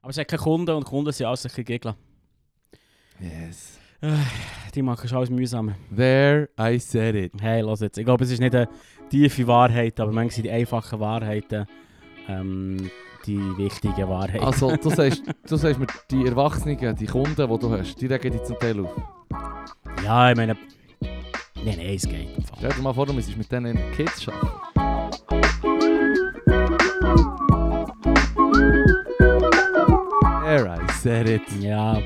Aber es hat keine Kunden und Kunden sind alles ein bisschen Gegner. Yes. Die machen schon alles mühsam. There, I said it. Hey, los jetzt. Ich glaube, es ist nicht eine tiefe Wahrheit, aber manchmal sind die einfachen Wahrheiten ähm, die wichtigen Wahrheiten. Also, du sagst, du sagst mir, die Erwachsenen, die Kunden, die du hast, die regen dich zum Teil auf. ja, ich meine... Nein, nein, es geht im Fall. Stell dir mal vor, du müsstest mit denen Kids arbeiten. There, I said it. Ja,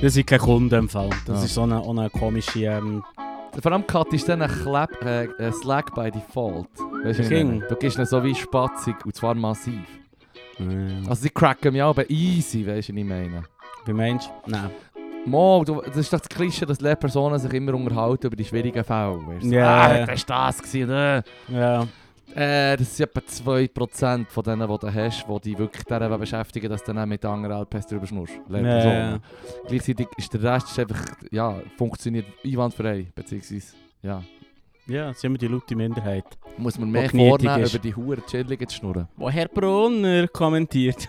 das sind keine Kunden im Fall. Das Ja. ist so eine, auch eine komische... Ähm, Vor allem Kat ist dann ein Clap, äh, ein Slack by default. Weißt du, was ich King. meine? du gibst ihnen so wie spatzig und zwar massiv. äh, Also sie cracken mich aber easy, weißt du, was ich meine. wie meinst du? Nein. Mo, du, das ist doch das Klischee, dass Lehrpersonen sich immer unterhalten über die schwierigen Fälle. Weißt du? Ja, Ah, ja. das war das. Gewesen, äh. Ja. Äh, das sind etwa 2% von denen, die du hast, die dich wirklich daran beschäftigen, dass du dann mit anderen LPs drüber schnurst. Lehrpersonen. Gleichzeitig ist der Rest ist einfach, ja, funktioniert einwandfrei, beziehungsweise, ja. Ja, sind wir die laute Minderheit. Muss man Wo mehr gnädig vornehmen, ist. über die Huren Chilligen zu schnurren. Wo Herr Brunner kommentiert.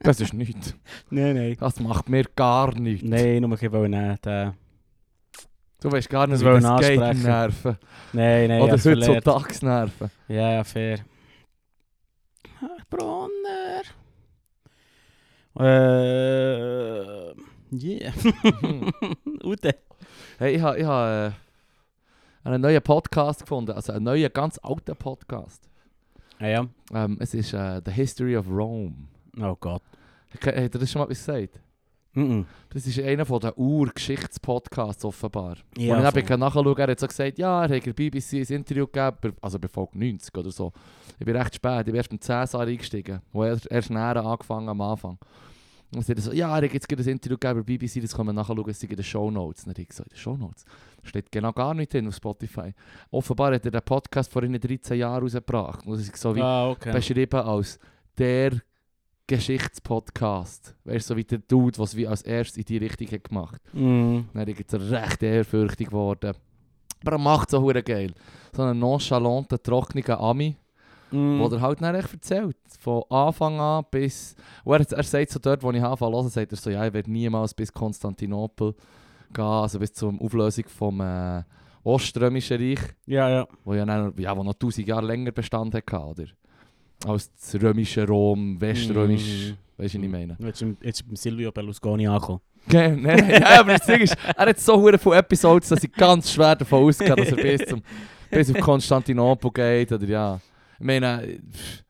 Das ist nichts. nein, nein. Das macht mir gar nichts. Nein, nur ein bisschen äh, nehmen. Nein, Du weißt gar nicht, Das wie wollen das geht ansprechen. nerven. nein. ich Oder hab's verlernt. heutzutage nerven. Ja, ja, fair. Herr Brunner. Äh. Yeah. Ute. Hey, ich habe ich ha, äh, einen neuen Podcast gefunden, also einen neuen, ganz alten Podcast. Ah, ja. Ähm, es ist äh, The History of Rome. Oh Gott. Ke- Hat er das schon mal etwas gesagt? Mhm. Das ist einer von den Ur-Geschichtspodcasts offenbar. Ja, Ja, und voll. ich habe nachschauen, er hat so gesagt, ja, er hat der BBC ein Interview gegeben, bei- also bei Folge 90 oder so. Ich bin recht spät, ich bin erst beim Cäsar eingestiegen, wo er erst näher angefangen am Anfang. Und sie hat so, ja, er hat jetzt gerade ein Interview gegeben bei BBC, das kann man nachschauen, es sind in den Shownotes. Und dann habe ich gesagt, in den Shownotes? Da steht genau gar nichts drin auf Spotify. Offenbar hat er den Podcast vor innen 13 Jahren rausgebracht. Und es ist so wie Ah, okay. beschrieben als der Geschichtspodcast. Weißt du, so wie der Dude, was wie als erstes in die Richtung hat gemacht Mhm. dann ist es recht ehrfürchtig geworden. Aber er macht so hure geil. So einen nonchalanten, trockenen Ami, Mhm. wo er halt dann echt erzählt. Von Anfang an bis... Und er, er sagt so dort, wo ich anfange zu hören, sagt er so, ja, ich werde niemals bis Konstantinopel gehen, also bis zur Auflösung vom äh, Oströmischen Reich, Ja, ja. wo ja, dann, ja wo noch 1000 Jahre länger Bestand hatte, oder? Als das römische Rom, Mhm. weströmisch, weißt du, was ich meine? Jetzt ist jetzt ist beim Silvio Berlusconi angekommen. Nein, nein, nein, ja, aber das Ding ist, er hat so hure viele Episodes, dass ich ganz schwer davon ausgehe, dass er bis, zum, bis auf Konstantinopel geht. Oder ja. Ich meine, äh, pff,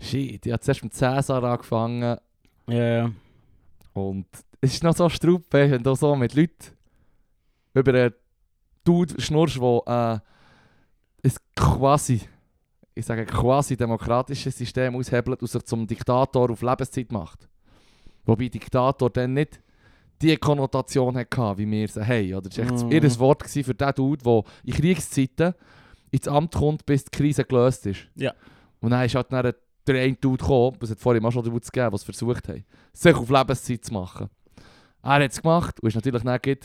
shit, ich habe zuerst mit Cäsar angefangen Ja, ja. und es ist noch so strupp, weisst du, wenn du so mit Leuten über einen Dude schnurrst, der äh, ein quasi, ich sage quasi demokratisches System aushebelt und sich zum Diktator auf Lebenszeit macht. Wobei Diktator dann nicht die Konnotation hatte, wie wir sie haben. Oder? Das war echt Mhm. mm. ihr Wort gewesen für den Dude, der in Kriegszeiten ins Amt kommt, bis die Krise gelöst ist. Ja. Und dann ist halt dann der eine Dude gekommen, es hat vorhin mal schon den Dude gegeben, was versucht haben, sich auf Lebenszeit zu machen. Er hat es gemacht und ist natürlich dann gleich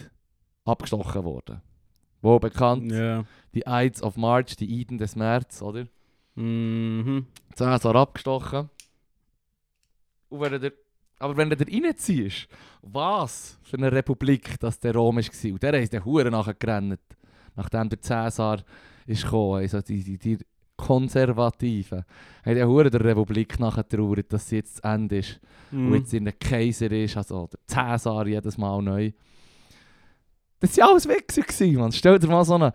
abgestochen worden. Wohl bekannt, Ja. die Ides of March, die Eiden des März, oder? Mhm. Cäsar abgestochen. Und wenn er, aber wenn du da reinziehst, was für eine Republik das der Rom war. Und der ist der Huren nachher gerannt. Nachdem der Cäsar ist gekommen, also die, die, die Konservativen, hat der Huren der Republik nachher getrauert, dass sie jetzt zu Ende ist Mhm. und jetzt in der Kaiser ist, also der Cäsar jedes Mal neu. Das war alles Wichser, gewesen, Mann. Stell dir mal so eine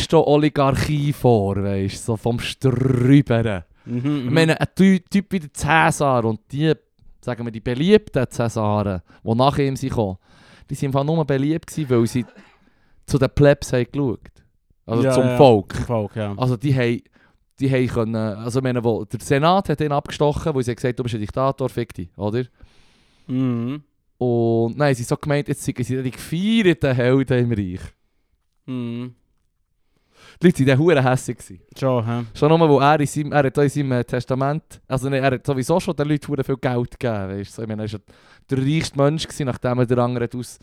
Aristo-Oligarchie vor, weißt du, so vom Strüberen. Mhm. Ich meine, ein Ty- Typ wie der Cäsar und die, sagen wir, die beliebten Cäsaren, die nach ihm sind gekommen, die sind im Fall nur beliebt gewesen, weil sie zu den Plebs haben geschaut. Also Ja, zum ja. Volk. Volk, ja. Also die haben, die haben können, also ich meine, wo, der Senat hat ihn abgestochen, weil sie gesagt haben, du bist ein Diktator, fick dich, oder? Mhm. Und nein, sie haben so gemeint, jetzt sind sie die gefeierten Helden im Reich. Mhm. Die Leute waren dann verdammt hässig. gewesen. Schon, hä? Schon nur, weil er in seinem, er hat auch in seinem äh, Testament, also nein, er hat sowieso schon den Leuten verdammt viel Geld gegeben, weißt du. Ich meine, er war der reichste Mensch, gewesen, nachdem er den anderen hat aus,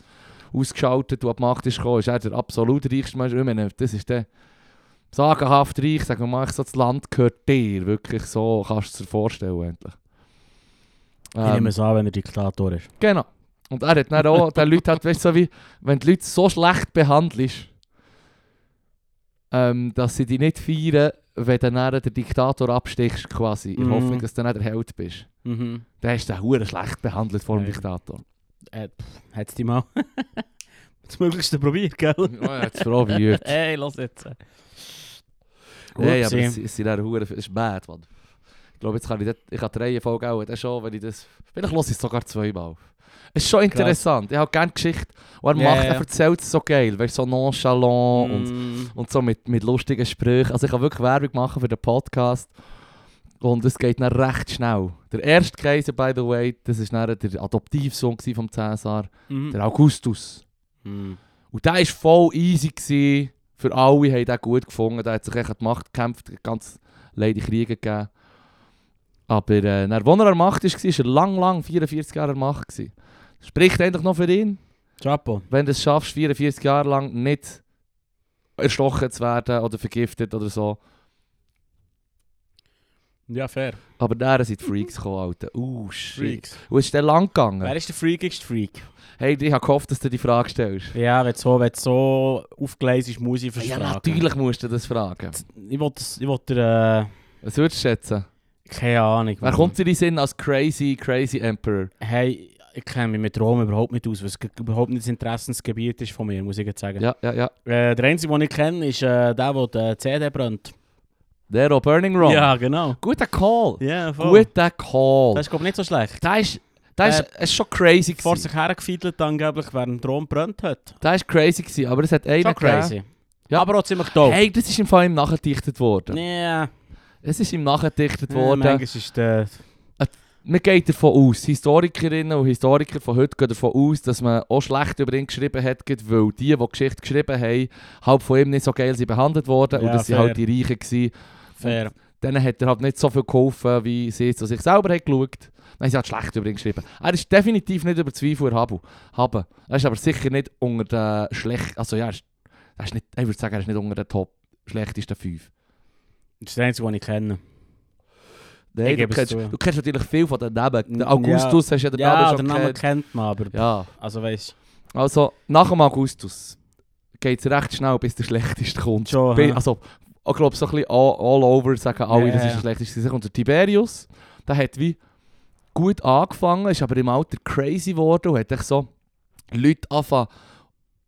ausgeschaltet und an die Macht ist gekommen, ist er der absolut reichste Mensch. Ich meine, das ist der sagenhaft reich, sagen wir mal, so das Land gehört dir, wirklich so, kannst du es dir vorstellen endlich. Ich nehme es an, wenn er Diktator ist. Genau. Und er hat dann auch, der Leute hat, weißt du, so wie, wenn du Leute so schlecht behandelst, ähm, dass sie dich nicht feiern, wenn du dann den Diktator abstichst, quasi, in Mhm. der Hoffnung, dass du dann der Held bist. Mhm. Dann hast du den Huren schlecht behandelt vor dem Ja. Diktator. Äh, pff, Hättest du mal das Möglichste probiert, gell? Oh, er hat's probiert. Hey, lass jetzt. Nein, aber Upsi. es, es sind dann Huren, es ist bad, Mann. Ich glaube, jetzt kann ich, das, ich kann die Reihenfolge auch dann schon, wenn ich das... Vielleicht höre ich es sogar zweimal. Es ist schon interessant. Ich habe gerne Geschichte. Und er Ja, macht, ja, er ja. erzählt es so geil. Weißt du, so nonchalant und... Mm. Und so mit, mit lustigen Sprüchen. Also ich kann wirklich Werbung machen für den Podcast. Und es geht dann recht schnell. Der erste Kaiser, by the way, das war dann der Adoptivsohn gsi vom Cäsar, Mhm. der Augustus. Mhm. Und der war voll easy. gsi Für alle haben den gut gefunden. Der hat sich echt an die Macht gekämpft, ganz leider Kriege gegeben. Aber äh, dann, als er an der Macht war, war er lang, lang, 44 Jahre an der Macht. gsi Spricht eigentlich noch für ihn Chapo. wenn du es schaffst, 44 Jahre lang nicht erstochen zu werden oder vergiftet oder so. Ja, fair. Aber da sind die Freaks gekommen, Alter. Uh, shit. Und es ist dann lang gegangen. Wer ist der freakigste Freak? Hey, ich habe gehofft, dass du die Frage stellst. Ja, wenn du so, wenn du so aufgelesen ist, muss ich Ah, Ja, verstehen. natürlich musst du das fragen. Ich wollte ich will dir, Was würdest du schätzen? äh, keine Ahnung. Wer Mann. kommt in deinen Sinn als crazy, crazy Emperor? Hey, ich kenne mich mit Rom überhaupt nicht aus, was überhaupt nicht das Interessensgebiet ist von mir, muss ich jetzt sagen. Ja, ja, ja. Äh, der einzige, den ich kenne, ist äh, der, der die CD brennt. Nero Burning Rome. Ja, genau. Guter Call. Ja, Guter Call. Das ist, Äh, glaube ich, nicht so schlecht. Der ist, der ist, es ist schon crazy Vor gewesen. sich hergefiedelt angeblich, während Rom brennt hat. Der ist crazy gewesen, aber es hat einen Schon gegeben. crazy. Ja. Aber auch ziemlich doof. Hey, das ist im Fall ihm nachgedichtet worden. Ja. Es ist ihm nachgedichtet Ja, worden. manchmal ist der... Man geht davon aus, Historikerinnen und Historiker von heute gehen davon aus, dass man auch schlecht über ihn geschrieben hat, gerade weil die, die die Geschichte geschrieben haben, halt von ihm nicht so geil sind behandelt worden und Ja, dass sie fair. halt die Reichen waren. Fair. Denen hat er halt nicht so viel geholfen, wie sie es an sich selber hat geschaut. Nein, sie hat schlecht über ihn geschrieben. Er ist definitiv nicht über Zweifel erhaben. haben. Er ist aber sicher nicht unter den schlecht, also ja, er ist, er ist nicht, ich würde sagen, er ist nicht unter den Top schlechtesten fünf. Das ist der einzige, den ich kenne. Nein, Ich du, gebe es kennst, zu. du kennst natürlich viel von daneben. Ja. Der Augustus hast du ja den Ja, den Namen schon Namen gekannt. kennt man, aber... Ja, Also weißt also nach dem Augustus geht es recht schnell, bis der Schlechteste kommt. Schon, Bi- hä? also, ich glaube, so ein bisschen all, all over sagen alle, Ja, das ja, ist ja. der Schlechteste. Dann kommt der Tiberius, der hat wie gut angefangen, ist aber im Alter crazy geworden und hat echt so Leute angefangen,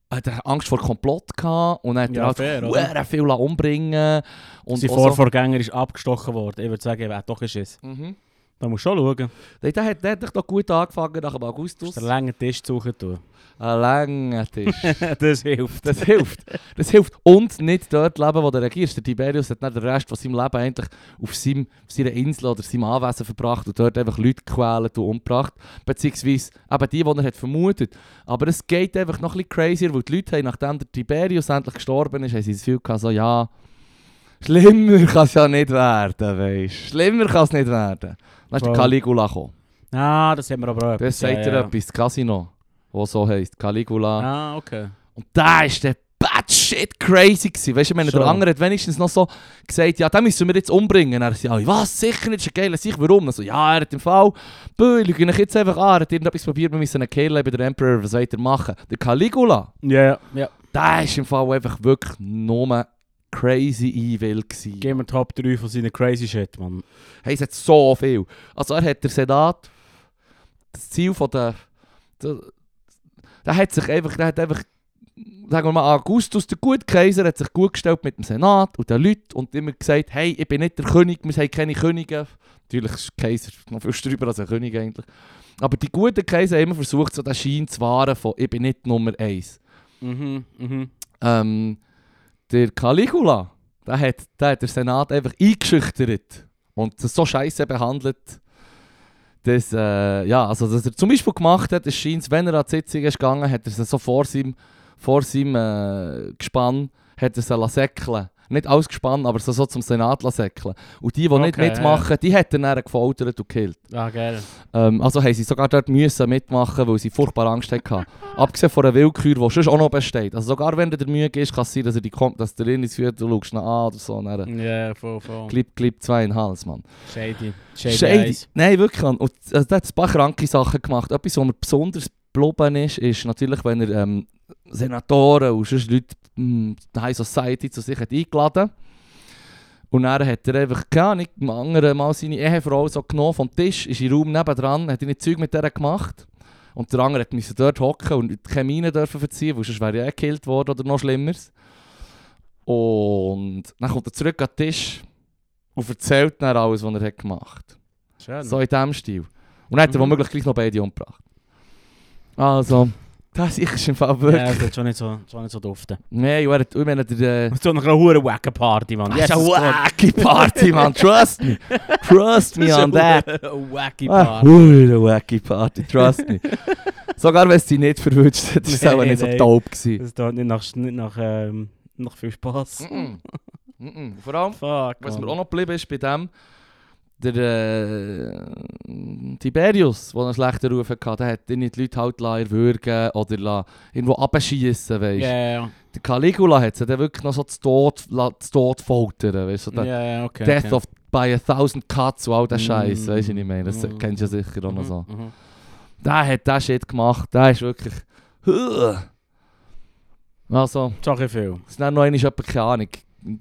hat er Angst vor Komplott gehabt und dann hat Ja, er halt fair, oder? verdammt viel lassen umbringen du, und sein auch so- Vorvorgänger ist abgestochen worden. Ich würde sagen, er hat doch ein Schiss. Mhm. Da musst du schon schauen. Nein, Der hat, der hat echt noch gut angefangen nach dem Augustus. Musst du einen langen Tisch suchen tun. Ein langer Tisch. das hilft. Ah, Das hilft. Das hilft. Und nicht dort leben, wo du regierst. Der Tiberius hat dann den Rest von seinem Leben eigentlich auf, seinem, auf seiner Insel oder seinem Anwesen verbracht und dort einfach Leute gequält und umgebracht. Beziehungsweise eben die, die er hat vermutet. Aber es geht einfach noch ein bisschen crazier, weil die Leute haben, nachdem der Tiberius endlich gestorben ist, haben sie das Gefühl gehabt, so, ja, schlimmer kann es ja nicht werden, weißt Schlimmer kann es nicht werden. Dann ist der Voll. Caligula gekommen. Ah, das haben wir aber auch Das etwas. sagt er etwas, das Casino, was so heisst, Caligula. Ah, okay. Und da ist der bad shit crazy gewesen. Weißt du, ich meine, der Schon. andere hat wenigstens noch so gesagt, ja, den müssen wir jetzt umbringen. Er sagt, ja, was, sicher nicht, ist ein geiler Sieg, warum? Also, ja, er hat im Fall, böh, ich lüge ihn jetzt einfach an, er hat irgendetwas probiert, wir müssen ihn killen, bei der Emperor, was soll er machen? Der Caligula, Ja, ja. der ist im Fall einfach wirklich nur crazy evil gewesen. Gehen wir Top 3 von seinen crazy Shit, Mann. Hey, es hat so viel. Also er hat der Senat, das Ziel von der, der, der hat sich einfach, der hat einfach, sagen wir mal, Augustus, der gute Kaiser, hat sich gut gestellt mit dem Senat und den Leuten und immer gesagt, hey, ich bin nicht der König, wir haben keine Könige. Natürlich ist der Kaiser noch viel drüber als ein König eigentlich. Aber die guten Kaiser haben immer versucht, so den Schein zu wahren von, ich bin nicht Nummer eins. Mhm, mhm. Ähm, der Caligula, der hat, der hat der Senat einfach eingeschüchtert und das so scheiße behandelt. Das, äh, ja, also, dass er zum Beispiel gemacht hat, es scheint, wenn er an die Sitzung ist gegangen, hat er sie so vor seinem, vor seinem äh, Gespann hat er sie lassen säckeln. Nicht alles gespannt, aber so, so zum Senat lassen säckeln. Und die, die nicht Okay, mitmachen, die hat er dann gefoltert und gekillt. Ah, geil. Ähm, also haben sie sogar dort müssen mitmachen, weil sie furchtbar Angst hatten. Abgesehen von einer Willkür, die sonst auch noch besteht. Also sogar wenn du der Mühe gibst, kann es sein, dass er die kommt, dass du dir ins Fütter schaust, na, ah, oder so. Dann, Ja, voll, voll. Clip, Clip, zwei in den Hals, Mann. Shady. Shady. Shady. Eyes. Nein, wirklich. Mann. Und also, der hat ein paar kranke Sachen gemacht. Etwas, was mir besonders geblieben ist, ist natürlich, wenn er ähm, Senatoren und sonst Leute mh, der High Society zu sich hat eingeladen und dann hat er einfach, keine Ahnung, dem anderen Mal seine Ehefrau so genommen vom Tisch, ist in den Raum nebendran, hat ihre Zeug mit der gemacht und der andere musste dort hocken und keine Miene dürfen verziehen, weil sonst wäre er gekillt worden oder noch Schlimmeres. Und dann kommt er zurück an den Tisch und erzählt dann alles, was er hat gemacht hat. Schön. So in diesem Stil. Und dann hat er Mhm. womöglich gleich noch beide umgebracht. Also, das ist im Fall wirklich. Ja, das wird schon nicht so, schon nicht so duften. Nein, und er hat- ich meine, der. äh, So eine hohe wacke Party, Mann. Das ist eine wacky Party, man. Trust me. Trust me on that. wacky Ah, Party. hui, eine wacky Party. Trust me. Sogar wenn es dich nicht verwünscht hat, ist es auch Nein, nicht so nein. taub gewesen. Das tut nicht nach, nicht nach, ähm, nach viel Spass. Mhm. Mhm. Vor allem, Fuck. was Mann. mir auch noch geblieben ist bei dem, der äh, Tiberius, der einen schlechten Ruf hatte, der hat nicht die Leute halt lassen erwürgen oder lassen irgendwo abschießen, weißt Ja, ja, Der Caligula hat sie dann wirklich noch so zu Tod, la- zu Tod foltern, weißt du? ja. der Ja, ja, okay. Death okay. of by a thousand cuts und all der Mm. Scheiß, weißt du, was ich meine? Das Mm. kennst du ja sicher auch noch Mhm, so. mhm. Der hat das Shit gemacht, der ist wirklich. Also, Schon ein bisschen viel. es ist dann noch einmal jemand, keine Ahnung,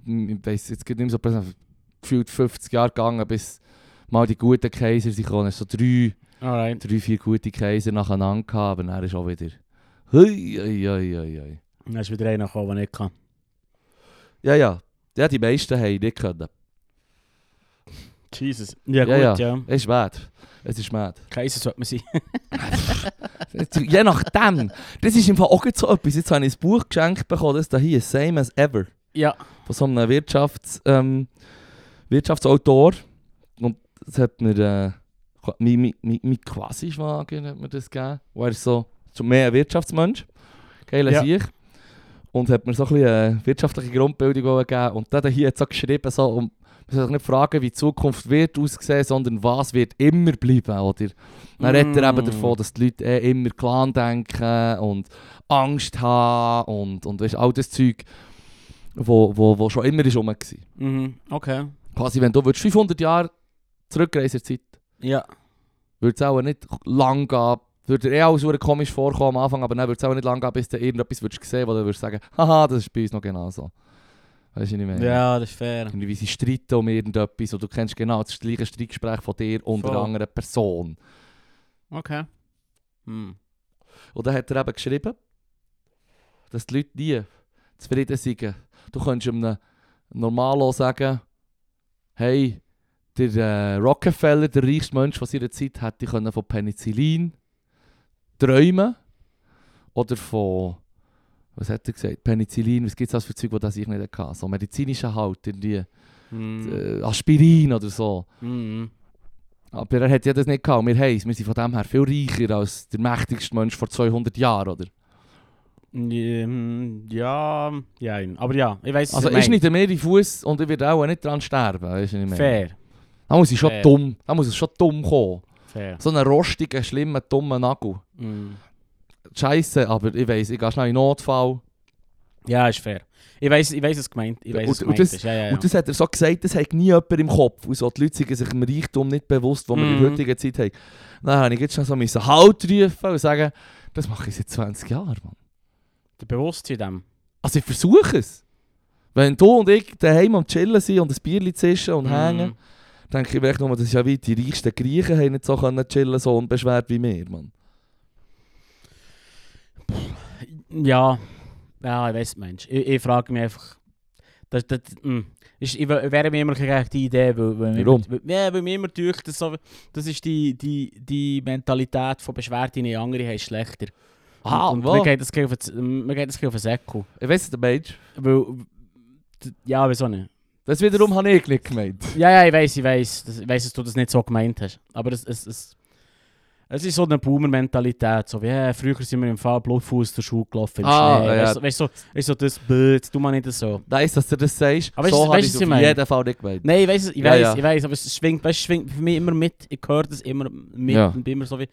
ich weiß jetzt geht nicht mehr so präsent, gefühlt 50 Jahre gegangen, bis mal die guten Kaiser sind gekommen. Es so drei, Alright. drei, vier gute Kaiser nacheinander gehabt, aber dann ist auch wieder. Hui, hui, hui, hui, hui. Dann ist wieder einer gekommen, der nicht kann. Ja, ja. Ja, die meisten haben nicht können. Jesus. Ja, Ja, gut, ja. Es ist mad. Es ist mad. Kaiser sollte man sein. Je nachdem. Das ist im Fall auch gerade so etwas. Jetzt habe ich ein Buch geschenkt bekommen, das da hier, Same as Ever. Ja. Von so einem Wirtschafts, ähm, Wirtschaftsautor. Und das hat mir, äh, qua- mein, mein, mein, mein Quasi-Schwager hat mir das gegeben. Und er ist so, schon mehr ein Wirtschaftsmensch. Geiler Ja. Sieg. Und hat mir so ein bisschen äh, wirtschaftliche Grundbildung auch gegeben. Und der da hier hat so geschrieben, so, um, man soll sich nicht fragen, wie die Zukunft wird aussehen, sondern was wird immer bleiben, oder? Dann redet er Mm. eben davon, dass die Leute eh immer Clan denken und Angst haben und, und weißt, all das Zeug, wo, wo, wo schon immer ist rum war. Mhm. Okay. Quasi, wenn du würdest 500 Jahre zurückreisen in der Zeit, Ja. würde es auch nicht lang gehen, würde dir eh alles verdammt komisch vorkommen am Anfang, aber dann würde es auch nicht lang gehen, bis du irgendetwas würdest sehen wo du würdest sagen, haha, das ist bei uns noch genauso. Weißt du, was ich meine? Ja, das ist fair. Irgendwie sie streiten um irgendetwas und du kennst genau das gleiche Streitgespräch von dir und einer Voll. anderen Person. Okay. Hm. Und dann hat er eben geschrieben, dass die Leute nie zufrieden sind. Du könntest einem Normalo sagen, hey, der äh, Rockefeller, der reichste Mensch von seiner Zeit, hätte können von Penicillin träumen oder von, was hat er gesagt, Penicillin, was gibt es für Zeug, wo das ich nicht hatte? So medizinischer Halt, irgendwie, Hm. äh, Aspirin oder so. Hm. Aber er hat ja das nicht gehabt. Und Wir heiss, wir sind von dem her viel reicher als der mächtigste Mensch vor 200 Jahren, oder? Ähm, Ja, ja, aber ja, ich weiß Also ist nicht mehr in Fuß und ich werde auch nicht dran sterben, weißt du was ich meine? fair, Da muss ich schon Fair. dumm, da muss es schon dumm kommen. fair. So einen rostigen, schlimmen, dummen Nagel. Mm. Scheiße, aber ich weiß, ich gehe schnell in Notfall. Ja, ist fair. Ich weiß, ich weiß, was gemeint, ich weiß, was Und- und gemeint das- ist. Ja, ja, ja. Und das hat er so gesagt, das hat nie jemand im Kopf. Und so, die Leute sind sich dem Reichtum nicht bewusst, den wir in Mhm. der heutigen Zeit haben. Dann habe ich jetzt schon so müssen Halt rufen und sagen, das mache ich seit 20 Jahren, Mann. Der Bewusstsein dem. Also ich versuche es. Wenn du und ich daheim am Chillen sind und ein Bierli zischen und hängen, Mm. denke ich mir echt nur, das ist ja wie die reichsten Griechen haben nicht so können chillen so unbeschwert wie wir, Mann. Mm. Ja, ja, ich weiß, Mensch. Ich, ich frage mich einfach. Das, das, mm. ist, ich wär- wäre mir immer gegen die Idee, weil, weil, mir- Warum? weil, ja, weil mir immer deucht, dass so, das ist die, die, die Mentalität von Beschwerde, die andere haben, schlechter. Ah, und, und mir geht das gleich auf den- mir geht das gleich auf den Säckel. Ich weiss, der Mensch. Weil, d- ja, wieso nicht? Das wiederum habe ich nicht gemeint. Ja, ja, ich weiß, ich weiß, ich weiß, dass du das nicht so gemeint hast. Aber es, es, es, Es ist so eine Boomer-Mentalität, so wie hey, früher sind wir im Fall Blutfuß zur Schule gelaufen im Ah, Schnee. ja. Weißt du, weißt du, so, ist so das Bild, tu mal nicht so. Nice, dass du das sagst. Aber so weisst- habe weisst, ich was es auf ich meine? jeden Fall nicht gemeint. Nein, ich weiß, ich Ja, weiß, ja. ich weiß, aber es schwingt, weißt, es schwingt für mich immer mit. Ich höre das immer mit Ja. und bin immer so wie,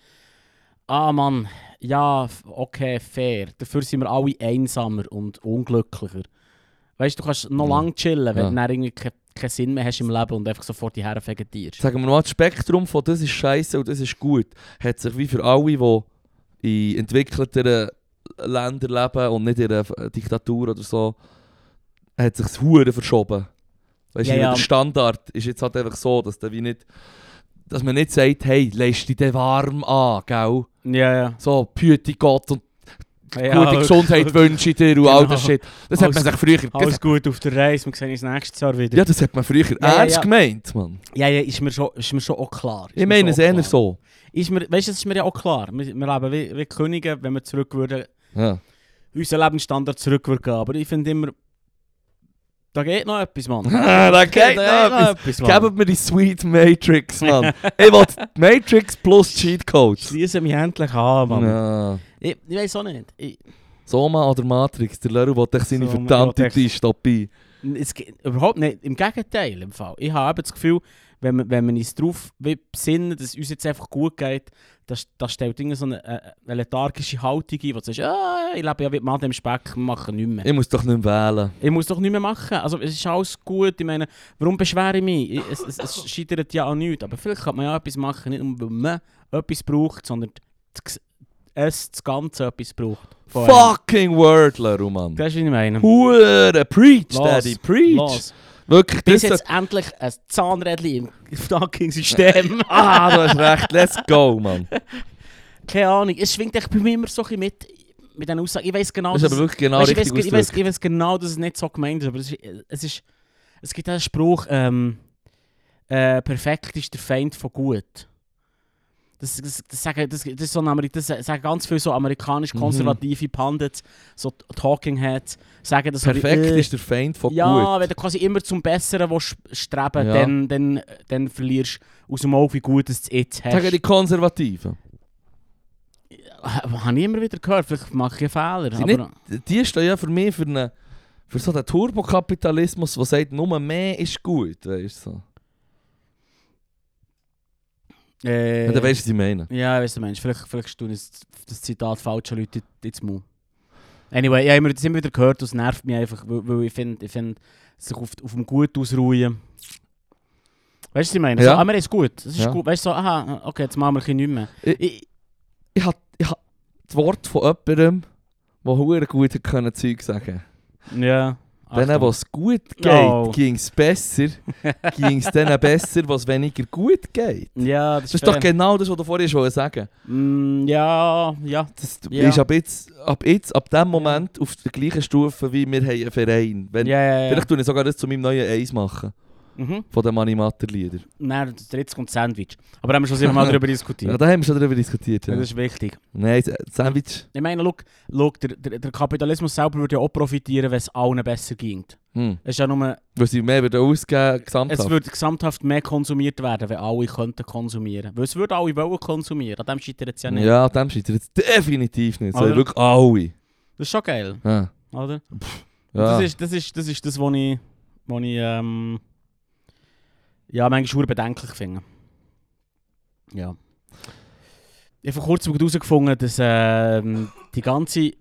ah Mann, ja, f- okay, fair. Dafür sind wir alle einsamer und unglücklicher. Weißt du, du kannst noch Ja. lange chillen, wenn Ja. du dann irgendwie ke keinen Sinn mehr hast im Leben und einfach sofort die Herren vegetierst. Sagen wir mal, das Spektrum von das ist scheiße und das ist gut, hat sich wie für alle, die in entwickelteren Ländern leben und nicht in einer F- Diktatur oder so, hat sich das Huren verschoben. Weißt Ja, du, ja. der Standard ist jetzt halt einfach so, dass, der wie nicht, dass man nicht sagt, hey, lässt dich den warm an, gell? Ja, ja. So, Püte Gott und gute aber- Gesundheit wünsche ich dir und all das Genau. Shit. Das Alles- hat man sich früher... Das, Alles gut auf der Reise, wir sehen uns nächstes Jahr wieder. ja, das hat man früher ja, ernst ja. gemeint, Mann. Ja, ja, ist mir schon, ist mir schon auch klar. Ist Ich mir schon meine es auch eher klar. so. Ist mir, weißt du, es ist mir ja auch klar. Wir, wir leben wie, wie Könige, wenn wir zurück würden, Ja. unseren Lebensstandard zurück würden gehen. Aber ich finde immer, da geht noch etwas, Mann. da geht noch etwas, etwas. Gebt mir die Sweet Matrix, Mann. ich will die Matrix plus Cheatcodes. Schließe mich endlich an, Mann. Ja. Ich, ich weiß auch nicht. Ich, Soma oder Matrix, der Leru will dich seine Soma, verdammte ja, dich. Dystopie. es, geht- überhaupt nicht. Im Gegenteil, im Fall. Ich habe eben das Gefühl, wenn man, wenn man uns darauf besinnen, dass es uns jetzt einfach gut geht, das, das stellt irgendwie so eine, äh, eine lethargische Haltung ein, wo du sagst, ah, ich lebe ja wie mal dem Speck, wir machen nichts mehr. Ich muss doch nicht mehr wählen. Ich muss doch nichts mehr machen. Also, es ist alles gut. Ich meine, warum beschwere ich mich? Ich- Es, es, es scheitert ja an nichts. Aber vielleicht kann man ja etwas machen, nicht nur weil man etwas braucht, sondern das Ges- es das Ganze etwas braucht. Von einem. Fucking word, Leru, Mann. Das ist, was ich meine. Hure, preach, Los, Daddy, preach. Los. Wirklich, Bis das jetzt endlich ein Zahnrädchen im fucking System. Ah, du hast recht, let's go, Mann. Keine Ahnung. Es schwingt echt bei mir immer so ein bisschen mit, mit diesen Aussagen. Ich weiß genau, Das ist aber wirklich genau Weißt du, richtig ich, weiß, ich, weiß, ausgedrückt. ich weiß genau, dass es nicht so gemeint ist, aber es, ist, es, ist, es gibt auch einen Spruch, ähm, äh, perfekt ist der Feind von gut. Das, das, das, sagen, das, das, ist so ein Ameri- das sagen ganz viele so Mhm. amerikanisch-konservative Pandits, so Talking Heads, sagen das so wie, Perfekt äh, ist der Feind von ja, wenn Oh, gut. du quasi immer zum Besseren willst streben Ja. dann, dann, dann verlierst du aus dem Auge, wie gut es du jetzt hast. Äh, Sagen die Konservativen. Habe ich immer wieder gehört, vielleicht mache ich einen Fehler. Sind aber- die stehen ja für mich für, eine, für so den Turbokapitalismus, der sagt, nur mehr ist gut, weißt du. So. Äh, Ja, dann weißt du, was ich meine. Ja, weißt du, Mensch, vielleicht, vielleicht tun es das Zitat falscher Leute jetzt mal. Anyway, ja, ich habe das immer wieder gehört, das nervt mich einfach, weil, weil ich finde, ich find, sich auf, auf dem Gut ausruhen. Weißt du, was ich meine? Ja. So, ah, wir haben es gut. Es ist Ja. gut. Weißt du, so, aha, okay, jetzt machen wir ein bisschen nicht mehr. Ich- Ich, Ich habe ich hab das Wort von jemandem, der hure gut hat können Zeug sagen ja. konnte. Denen, Achtung. was gut geht, Oh. ging es besser. ging es denen besser, was weniger gut geht. Ja, das, Das ist fair. doch genau das, was du vorhin schon sagen Mm, ja, ja. Das Ja. ist ab jetzt, ab jetzt, ab dem Moment auf der gleichen Stufe, wie wir haben einen Verein Wenn, ja, ja, ja. Vielleicht tue ich sogar das zu meinem neuen Eis machen, Mhm. von den Manimatter-Liedern. Nein, das dritte kommt Sandwich. Aber da haben wir schon sicher mal darüber Ja, diskutiert. da haben wir schon darüber diskutiert. Ja. Das ist wichtig. Nein, das Sandwich. Ich meine, look, look der, der, der Kapitalismus selber würde ja auch profitieren, wenn es allen besser ging. Hm. Es, ist ja nur, Weil sie mehr würden ausgeben, es gesamthaft. würde gesamthaft mehr konsumiert werden, wenn alle könnten konsumieren. Weil es würden alle wollen konsumieren, an dem scheitert es ja nicht. Ja, dem scheitert es definitiv nicht. So, Oder? wirklich alle. Das ist schon geil, Ja. oder? Ja. Das, ist, das, ist, das ist das, was ich, was ich ähm, ja, manchmal schwer bedenklich finde. Ja. Ich habe vor kurzem herausgefunden, dass ähm, die ganze...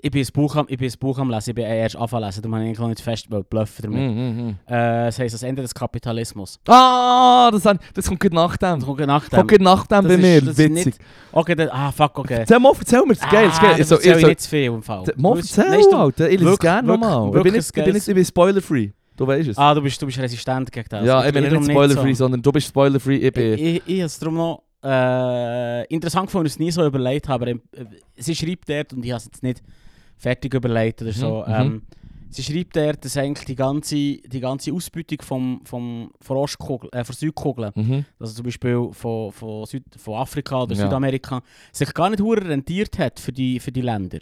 Ich bin ein Buch am, ich bin ein Buch am Lesen, ich bin erst anfangen lesen, darum habe ich eigentlich noch nicht fest bluffen damit. Mm, mm, mm. Äh, das heisst, das Ende des Kapitalismus. Ah, das, han- das kommt gerade nach Das dem. Das kommt nach dem. kommt gerade nach Das dem bei ist- mir. das ist Witzig. Okay, dann, ah, fuck, okay. Erzähl mal, erzähl mir, das ist geil. Das ist geil. Ah, So, erzähl ich, ich so, nicht zu viel im Fall. mal Du bist- erzähl, Nein, du- Alter. Ich lese es wirklich- gerne nochmal. Ich bin wirklich nicht, ich bin geil. nicht, ich bin spoilerfree. Du weißt es. Ah, du bist, du bist resistent gegen das. ja, ich bin darum nicht spoilerfree, um so. sondern du bist spoilerfree, ich bin... Ich, ich, ich habe es darum noch äh, nou, interessant gefunden, dass ich es nie so überlegt habe. Aber im- äh, sie schreibt dort, und ich habe es jetzt nicht fertig überlegt oder so, Mhm, ähm, sie schreibt dort, dass eigentlich die ganze, die ganze Ausbeutung vom, vom, von, Ostkugel, äh, von Südkugel mhm. also zum Beispiel von, von, Süd, von Afrika dus oder Ja. Südamerika, sich gar nicht hure rentiert hat für die, für die Länder.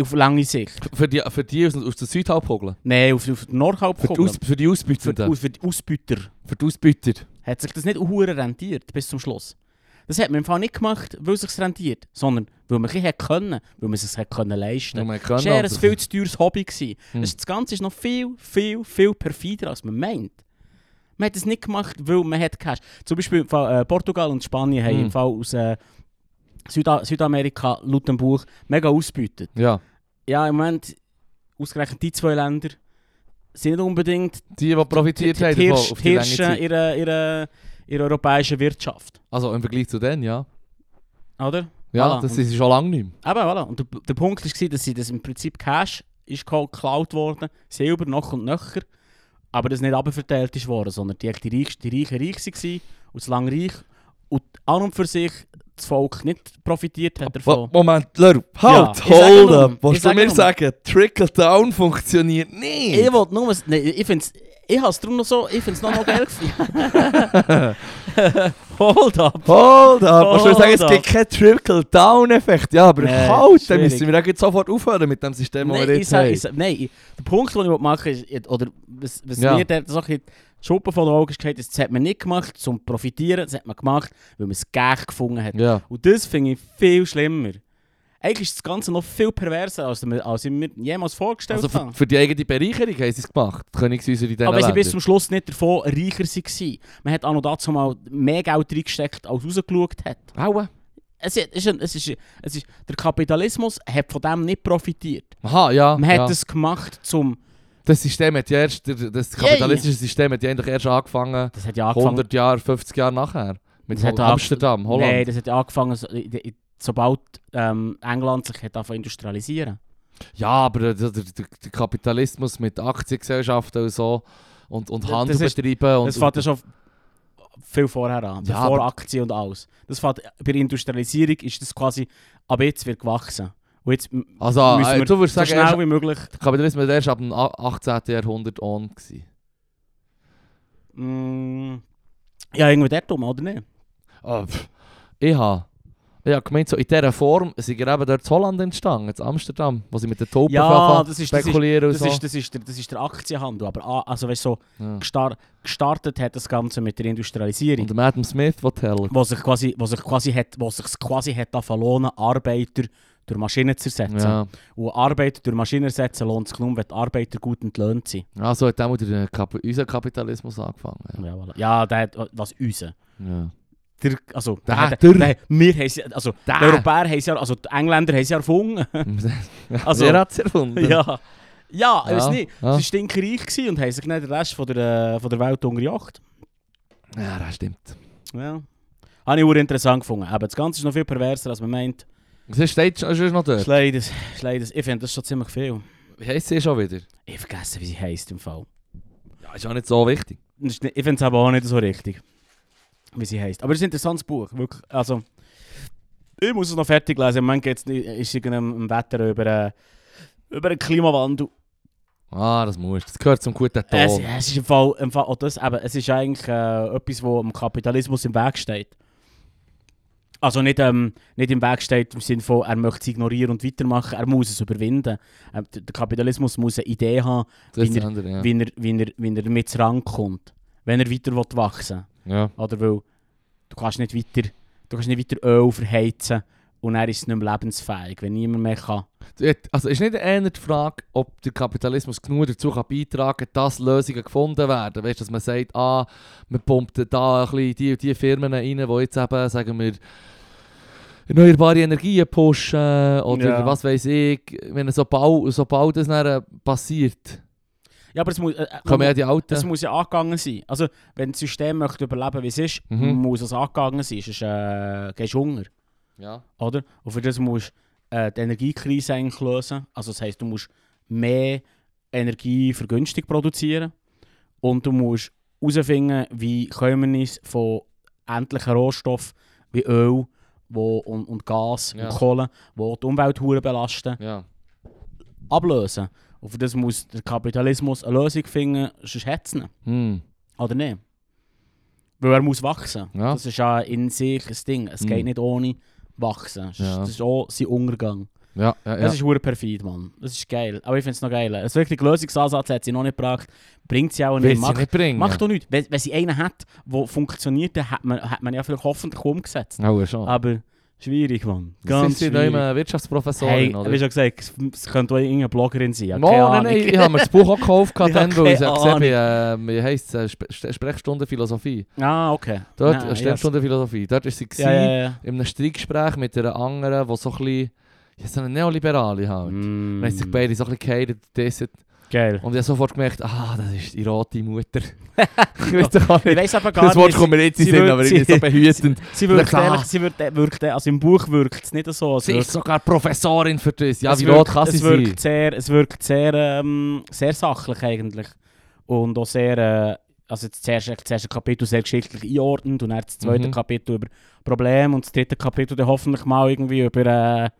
Auf lange Sicht. Für die, für die aus, aus der Südhalbkugel. Nein, auf, auf die Für, die Nordhalbkugel. Aus- für die Für, die Ausbeutenden. Aus- für die Ausbeuter Für die Ausbeuter. hat sich das nicht hure rentiert bis zum Schluss. Das hat man im Fall nicht gemacht, weil es sich rentiert, sondern weil man es können, weil man es sich hätte können leisten Nur können. mehr Das können, war also eher aber- ein viel zu teures Hobby. Gewesen. Hm. Das, das Ganze ist noch viel, viel, viel perfider, als man meint. Man hat es nicht gemacht, weil man hat Cash. Zum Beispiel im Fall, äh, Portugal und Spanien haben Hm. im Fall aus äh, Süda Südamerika laut dem Buch mega ausbeutet. Ja. Ja, im Moment, ausgerechnet die zwei Länder sind nicht unbedingt Die, die die, profitiert die haben davon, Hirsch, auf die lange Hirsche Zeit. ihrer, ihrer, ihrer europäischen Wirtschaft. Also im Vergleich zu denen, ja. Oder? Ja, Voilà. das ist schon lange nicht mehr. Aber voilà. Und der, der Punkt war, dass sie das im Prinzip Cash ist geko- geklaut worden, Silber noch und nöcher, aber das nicht abverteilt ist worden, sondern die, die, Reich, die Reichen reich waren und das lange reich und an und für sich das Volk nicht profitiert hat Wa- davon. Moment, Lerp, Ja, halt, ich sage hold nur, up. ich Willst du sage mir nur. sagen, Trickle-Down funktioniert nicht? Ich wollte nur... Nein, ich finde es... Ich habe es darum noch so... Ich finde es noch, noch geil gefunden. Hold up. Hold up, Hold willst du mir sagen, es up. gibt keinen Trickle-Down-Effekt? Ja, aber Nee, halt, dann schwierig. müssen wir auch jetzt sofort aufhören mit dem System, das wir Nein, ich jetzt sag, haben. ich sag, nein, ich- der Punkt, den ich machen will, oder was, was Ja. mir der so ein bisschen die Schuppen von den Augen ist, gesagt, das hat man nicht gemacht, zum zu profitieren, das hat man gemacht, weil man es gleich gefunden hat. Ja. Und das finde ich viel schlimmer. Eigentlich ist das Ganze noch viel perverser, als, wir- als ich mir jemals vorgestellt Also für, habe. für die eigene Bereicherung haben sie es gemacht. Die Königshäuser in diesen Aber wenn sie Ländern. bis zum Schluss nicht davon reicher waren. Man hat auch noch dazu mal mehr Geld reingesteckt, als rausgeschaut hat. Aua. Es ist, es ist, es ist, es ist, der Kapitalismus hat von dem nicht profitiert. Aha, ja. Man ja. hat es gemacht, zum... Das System hat ja erst, der- das kapitalistische System hat ja eigentlich erst angefangen, Das hat ja angefangen... 100 Jahre, 50 Jahre nachher. Mit Das hat Hol- auch- Amsterdam, Holland. Nein, das hat ja angefangen, so, in- in- sobald ähm, England sich hat angefangen zu industrialisieren. Ja, aber der, der, der, der Kapitalismus mit Aktiengesellschaften und so und, und Das- Handel das ist- betreiben und, das fängt ja schon f- viel vorher an, Ja, bevor aber- Aktien und alles. Das fängt, bei der Industrialisierung ist das quasi, aber jetzt wird gewachsen. Und jetzt m- also müssen äh, wir du würdest so sagen, schnell erst, wie möglich... der Kapitalismus war erst ab dem a- 18. Jahrhundert on. Gewesen. Mm, ja, irgendwie dort rum, oder nicht? Ah, pff. ich habe ich hab gemeint, so in dieser Form sind wir eben dort in Holland entstanden, in Amsterdam, wo sie mit den Tauben Ja, anfangen das ist- das ist- spekulieren Das, und so. ist, das, ist der, das ist der Aktienhandel, aber a- also, weißt, so ja. gestar gestartet hat das Ganze mit der Industrialisierung. Und der Adam Smith, der tellen. wo sich quasi, wo sich quasi hat, wo sich quasi hat anfangen lohnen, Arbeiter durch Maschinen zu ersetzen. Ja. Und Arbeiter durch Maschinen ersetzen lohnt sich nur, wenn die Arbeiter gut entlohnt sind. ja, so Also, hat dann wieder der Kap unser Kapitalismus angefangen. Ja, voilà. ja der hat, was unser. Ja. Ja. Der, also, Der der, hat- hat- der, wir haben sie- also, die Europäer haben sie ja, also die Engländer haben sie ja erfunden. Also- Wer hat es erfunden? ja. Ja, ich weiß Ja, nicht. ja. Sie waren stinkereich gewesen und haben sich nicht den Rest von der, äh, von der Welt unterjocht. ja, das stimmt. Ja. Habe ich auch interessant gefunden. Aber das Ganze ist noch viel perverser, als man meint. Es steht schon- es ist noch dort. Schleides, Schleides. Ich finde das schon ziemlich viel. Wie heisst sie schon wieder? Ich vergesse, wie sie heisst im Fall. Ja, ist auch nicht so wichtig. Das ist nicht- Ich finde es aber auch nicht so richtig, wie sie heißt. Aber es ist ein interessantes Buch. Wirklich. Also, ich muss es noch fertig lesen. Im Moment geht's nicht, ist irgendein Wetter über, äh, über den Klimawandel. Ah, das musst du. Das gehört zum guten Ton. Es, es ist im Fall, im Fall auch das, eben, es ist eigentlich äh, etwas, wo dem Kapitalismus im Weg steht. Also nicht, ähm, nicht im Weg steht im Sinne von, er möchte es ignorieren und weitermachen, er muss es überwinden. Ähm, der der Kapitalismus muss eine Idee haben, das ist wie das andere, ja. wie, er, wie, er, wie er mit rankommt, wenn er weiter will wachsen will. ja. Oder weil du kannst nicht weiter, du kannst nicht weiter Öl verheizen und er ist es nicht mehr lebensfähig, wenn niemand mehr kann. Also ist nicht eher die Frage, ob der Kapitalismus genug dazu kann beitragen kann, dass Lösungen gefunden werden. Weißt du, dass man sagt, ah, man pumpt da ein bisschen die und die Firmen rein, die jetzt eben, sagen wir, erneuerbare Energien pushen oder Ja. was weiß ich. Wenn sobald, sobald das dann äh, passiert, Ja, aber es muss, äh, äh, kommen ja die es Alten. muss ja angegangen sein. Also wenn das System möchte überleben, wie es ist, Mhm. muss es angegangen sein, sonst äh, gehst du Hunger. Ja. Oder? Und für das musst du äh, die Energiekrise eigentlich lösen. Also das heisst, du musst mehr Energie für günstig produzieren und du musst herausfinden, wie können wir uns von endlichen Rohstoffen wie Öl wo, und, und Gas Ja. und Kohle, die die Umwelt hure belasten, ja. ablösen. Und für das muss der Kapitalismus eine Lösung finden, sonst hat es ihn. Hm. Oder nicht? Weil er muss wachsen. Ja. Das ist ja in sich ein Ding. Es Mhm. geht nicht ohne Wachsen. Das ist- Ja. Das ist auch sein Untergang. Ja, ja, ja. Das ist hure perfid, Mann. Das ist geil. Aber ich finde es noch geil. Ein wirklich Lösungsansatz hat sie noch nicht gebracht. Bringt sie auch Willst nicht. du Macht, nicht bringen. macht doch nichts. Wenn, wenn sie einen hat, der funktioniert, dann hat man, hat man ja vielleicht hoffentlich umgesetzt. Oh, schon. Aber schwierig, Mann. Ganz Ah, Ganz sind schwierig. neue Wirtschaftsprofessorin, Hey, oder? wie schon gesagt, es könnte auch irgendeine Bloggerin sein. Ja, Mo, keine nein, nein, Ahnung. ich habe mir das Buch auch gekauft, gehabt, Ich hab dann, weil ich keine gesehen habe, äh, wie heisst es, äh, Sp- St- Sprechstunde Philosophie. Ah, okay. Dort, Nein, äh, Sprechstunde Philosophie, dort war sie yes. Ja, gewesen, ja, ja. in einem Streitgespräch mit einer anderen, die so ein bisschen, ja, so eine Neoliberale halt. Mm. Dann haben sich beide so ein bisschen gehatet, gedisset. Geil. und ich habe sofort gemerkt, ah, das ist die rote Mutter. ich weiß doch auch Ich nicht. weiß aber gar Das Wort nicht. kommt mir jetzt in sie den Sinn, wird- aber ich sie- bin so behütend. Sie wirkt Klar. ehrlich, sie wirkt, wirkt, also im Buch wirkt es nicht so. Es Sie wirkt, ist sogar Professorin für das. Ja, es wie wirkt, rot kann sie es sein? wirkt sehr, es wirkt sehr, ähm, sehr sachlich eigentlich. Und auch sehr, äh, also das erste, das erste Kapitel sehr geschichtlich einordnend und dann das zweite Mhm. Kapitel über Probleme und das dritte Kapitel dann hoffentlich mal irgendwie über, äh,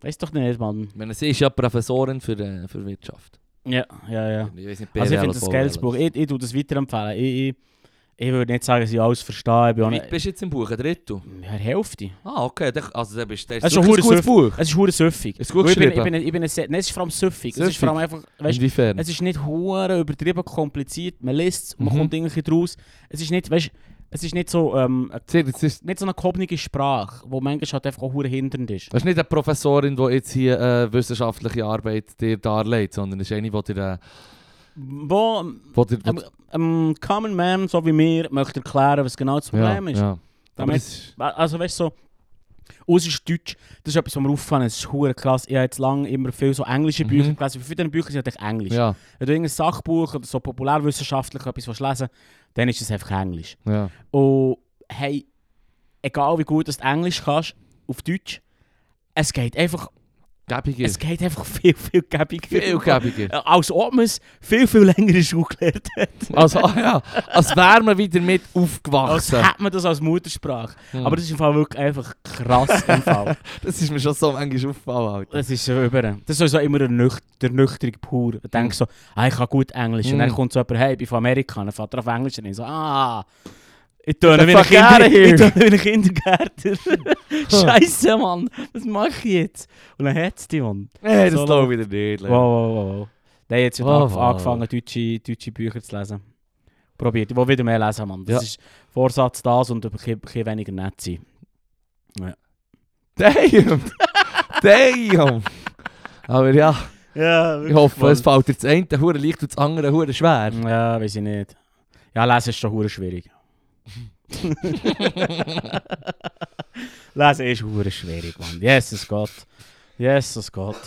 weiß doch nicht, Mann. Ich meine, sie ist ja Professorin für, äh, für Wirtschaft. Ja, ja, ja. Ich weiß nicht, Also ich finde BWL oder das ein geiles VWL. Buch. Ich, ich tue das weiterempfehlen. Ich, ich, ich würde nicht sagen, dass ich alles verstehe. Ich bin auch Wie weit nicht, bist du jetzt im Buch? Ein Drittel? ja, Hälfte. Ah, okay. dann- Also dann bist du Es ist schon wirklich verdammt Buch. Es ist hure süffig. Ist gut Weil ich bin, ich geschrieben. bin, ich bin ein, sehr- nein, es ist vor allem süffig. Es ist Süffig. vor allem einfach, weißt, Inwiefern? es ist nicht hure übertrieben kompliziert. Man liest es, man Mhm. kommt irgendwie draus. Es ist nicht, weißt, es ist nicht so, ähm, Sie- Das ist, nicht so eine gehobene Sprache, wo manchmal halt einfach auch hure hindernd ist. das ist nicht eine Professorin, die jetzt hier äh, wissenschaftliche Arbeit dir darlegt, sondern es ist eine, die dir... Äh, Wo ähm, wo dir wo einem einem Common Man, so wie mir, möchte erklären, was genau das Problem ist. Ja. Aber Damit- es ist... Also weißt du, so, aus ist Deutsch, das ist etwas, was mir aufgefallen ist, das ist hure krass. Ich habe jetzt lange immer viel so englische Mhm. Bücher gelesen. Wie viele dieser Bücher sind eigentlich Englisch? Ja, Wenn du irgendein Sachbuch oder so populärwissenschaftlich etwas willst lesen dann ist es einfach Englisch. ja. Und hey, egal wie gut du Englisch kannst, auf Deutsch, es geht einfach, Gäbiger. es geht einfach viel, viel gäbiger. Viel gäbiger. Äh, Als ob man es viel, viel länger in der Schule gelernt hat. Also, ah, ja. Als wäre man wieder mit Als aufgewachsen. hätte man das als Muttersprache. Hm. Aber das ist im Fall wirklich einfach krass im Fall. Das ist mir schon so manchmal aufgefallen. Alter. Das ist so über. Das ist sowieso immer eine Nüch der Nüchterung pur. Ich denke so, ah, ich kann gut Englisch. Und dann Mhm. kommt so jemand, hey, ich bin von Amerika. Und Dann fährt er auf Englisch und ich so, ah. Ich töne The wie ein fuck outta Kinder- here. ich töne wie ein Kindergärtner. Scheiße, Mann. Was mache ich jetzt? Und dann hat es die, Mann. Nein, das So glaube ich dir nicht. Wow, wow, wow. wow. Dann hat jetzt Wow, wow, wow. angefangen, deutsche, deutsche Bücher zu lesen. Probiert. Ich will wieder mehr lesen, Mann. Das Ja. ist Vorsatz das und ein bisschen- bisschen weniger nett sein. Damn! Damn! Aber ja, Ja, Ich hoffe, es fällt dir das eine hure leicht und das andere hure schwer. Ja, weiß ich nicht. Ja, lesen ist schon hure schwierig. lesen ist hure schwierig, Mann. Jesus Gott. Jesus Gott.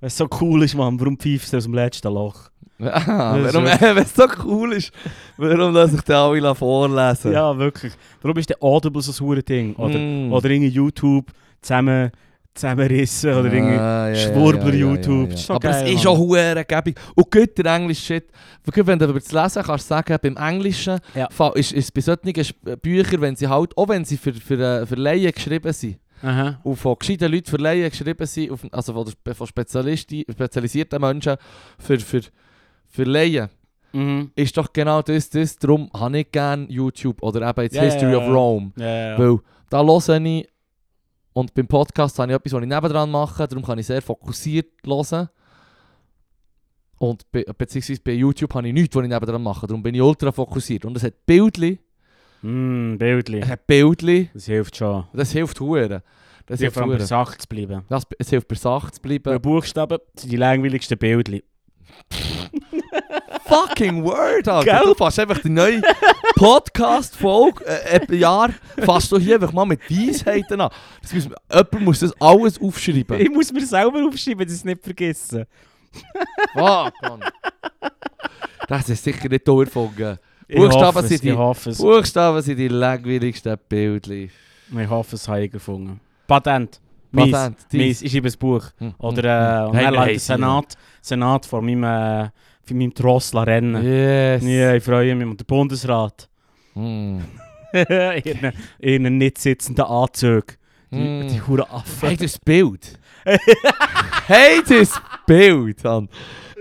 Wenn es so cool ist, Mann, warum pfeifst du aus dem letzten Loch? Ah, Das ist warum, wenn es so cool ist, warum lasse ich den alle vorlesen? Ja, wirklich. Darum ist der Audible so ein hure Ding. Oder, Mm. oder irgendwie YouTube zusammen, zusammenrissen oder irgendwie Ah, ja, ja, Schwurbler ja, ja, YouTube. ja, ja. Das ist so Aber geil, es ist Mann. auch hure gäbig. Und gut, der englische Shit. Wirklich, Wenn du über das Lesen kannst du sagen, beim Englischen Ja. fa- ist es bei solchen Sch- Büchern, wenn sie halt, auch wenn sie für, für, äh, für Laien geschrieben sind, Aha. und von gescheiten Leuten für Laien geschrieben sind, auf, also von, der- von Spezialisti, spezialisierten Menschen für, für, für Laien, Mhm. ist doch genau das, das. Darum habe ich gerne YouTube oder eben jetzt Ja, History ja, of ja. Rome. Ja, ja, ja. Weil da höre ich und beim Podcast habe ich etwas, was ich nebendran mache, darum kann ich sehr fokussiert hören. Und be beziehungsweise bei YouTube habe ich nichts, was ich nebendran mache, darum bin ich ultra fokussiert. Und es hat Bildli, Mm, Bildli. es hat Bildli, Das hilft schon. das hilft hure. Das Das hilft hilft vor allem bei hure. Sachen zu bleiben. Das, es hilft bei Sachen zu bleiben. Weil Buchstaben sind die langweiligsten Bildchen. fucking Word, Alter. Gell? Du fasst einfach die neue Podcast-Folge äh, im Jahr, fasst du hier einfach mal mit Weisheiten an. Das muss, jemand muss das dus alles aufschreiben. Ich muss mir selber aufschreiben, dass ich es nicht vergesse. Fuck, Mann. Das ist sicher nicht durchgefunden. Ich Buchstaben hoffe es, sind die- Ich hoffe es. Buchstaben sind die langweiligsten Bildchen. Ich hoffe es, habe ich gefunden. Patent. Mies. Patent, Mies. Ich schreibe ein Buch. Hm. Mhm. Oder äh, und Hey, dann hey, lässt der Senat, Senat vor meinem, äh, vor meinem Tross rennen. Hm. Yes. Ja, ich freue mich. Und der Bundesrat. Hm. in einem- in einem nicht sitzenden Anzug. Die, Hm. die Hure Affen. Hey, das Bild. hey, das Bild, Mann.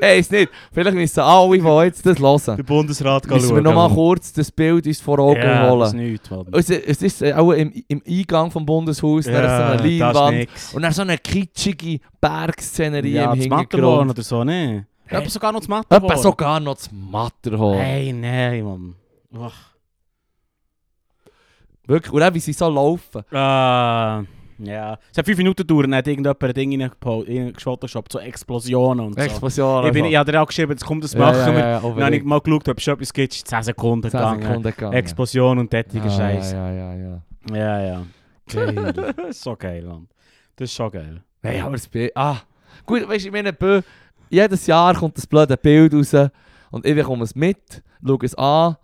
Weiß nicht. Vielleicht müssen Ah, alle, die jetzt das hören, Der Bundesrat kann müssen wir nochmal kurz das Bild uns vor Augen ja, das ist holen. nichts, Mann. Es, es ist äh, auch im, im Eingang vom Bundeshaus, ja, Ja, da das ist ist so eine Leinwand. nix. Und dann so eine kitschige Bergszenerie Ja, im das Matterhorn Hintergrund. oder so, ne? Hey. Etwa sogar noch das Matterhorn. Etwa sogar noch das Matterhorn. Hey, nein, Mann. Ach. Wirklich. Und auch wie sie so laufen. Äh, ja. Es hat fünf Minuten gedauert, dann hat irgendjemand ein Ding reingepo- reingeschottershoppt, so Explosionen und so. Explosion. Ich, bin, ich einfach. habe dir auch geschrieben, jetzt kommt das Ja, machen ja, wir. ja, ja, Dann habe ich unbedingt. mal geschaut, ob es schon etwas gibt, ist 10 Sekunden 10 gegangen. Sekunden gegangen. Explosion und tätiger Ah, Scheiß. Ja, ja, ja. Ja, ja. Geil. so geil, Mann. Das ist schon geil. Nein, aber das Bild. Ah. Gut, weißt du, ich meine, Bö, jedes Jahr kommt das blöde Bild raus und ich bekomme es mit, schaue es an.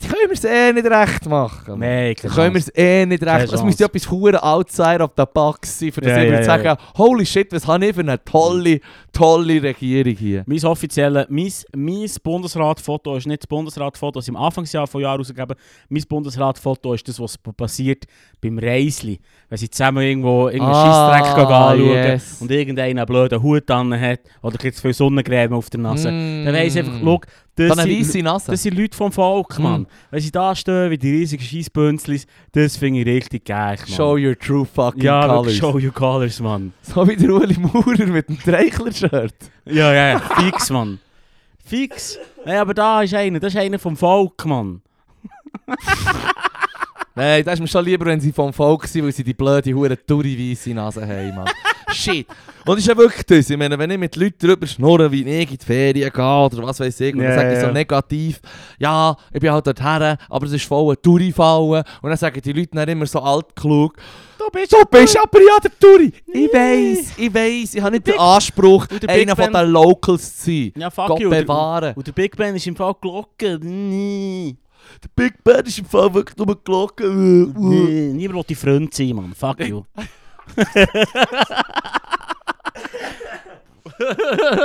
Die können wir es eh nicht recht machen. Nein, Die können wir es eh nicht Keine recht machen. Es Chance. müsste ja etwas Huren outside of the box sein, für das Ja, ja, ich würde ja, sagen, ja. holy shit, was habe ich für eine tolle, tolle Regierung hier. Mein offizielles, mein, mein Bundesratfoto ist nicht das Bundesratfoto, das ich im Anfangsjahr von Jahr rausgegeben habe. Mein Bundesratfoto ist das, was p- passiert beim Reisli. Wenn sie zusammen irgendwo irgendeinen Ah, Scheissdreck gehen anschauen yes. und irgendeiner einen blöden Hut an hat oder ein bisschen zu viel Sonnencreme auf der Nase. Mm. Dann weiss ich einfach, schau, das, Dann eine sind- weisse Nase. das sind Leute vom Hmm. Volk, Mann. Wenn sie da stehen, wie die dus riesigen Scheissbünzlis, das finde ich richtig geil, Mann. Show your true fucking ja, colors. wirklich, show your colors, Mann. So wie der Uli Maurer mit dem Dreichler-Shirt. Ja, ja, ja, fix, Mann. Fix. Nee, aber da ist einer, das ist einer vom Volk, Mann. Nein, das ist mir schon lieber, wenn sie vom Volk sind, weil sie die blöde, hure durchweisse Nase haben, Mann. Shit. Und ist ja wirklich das. Ich meine, wenn ich mit Leuten drüber schnurre, wie ich in die Ferien gehe oder was weiß ich, und Ja, dann sage ich ja. so negativ, ja, ich bin halt dorthin, aber es ist voll ein Touri-Fallen. Und dann sagen die Leute dann immer so altklug, Du bist du bist aber ja der Touri. Nee. Ich weiss, ich weiss, ich habe nicht Big- den Anspruch, Und der Big einer von Ben- den Locals zu sein. Ja, fuck Gott you. Und der- bewahren. Und der Big Ben ist im Fall Glocke. Nee. Der Big Ben ist im Fall wirklich nur eine Glocke. Uh, uh. Nee. Niemand will die Freund sein, Mann. Fuck you.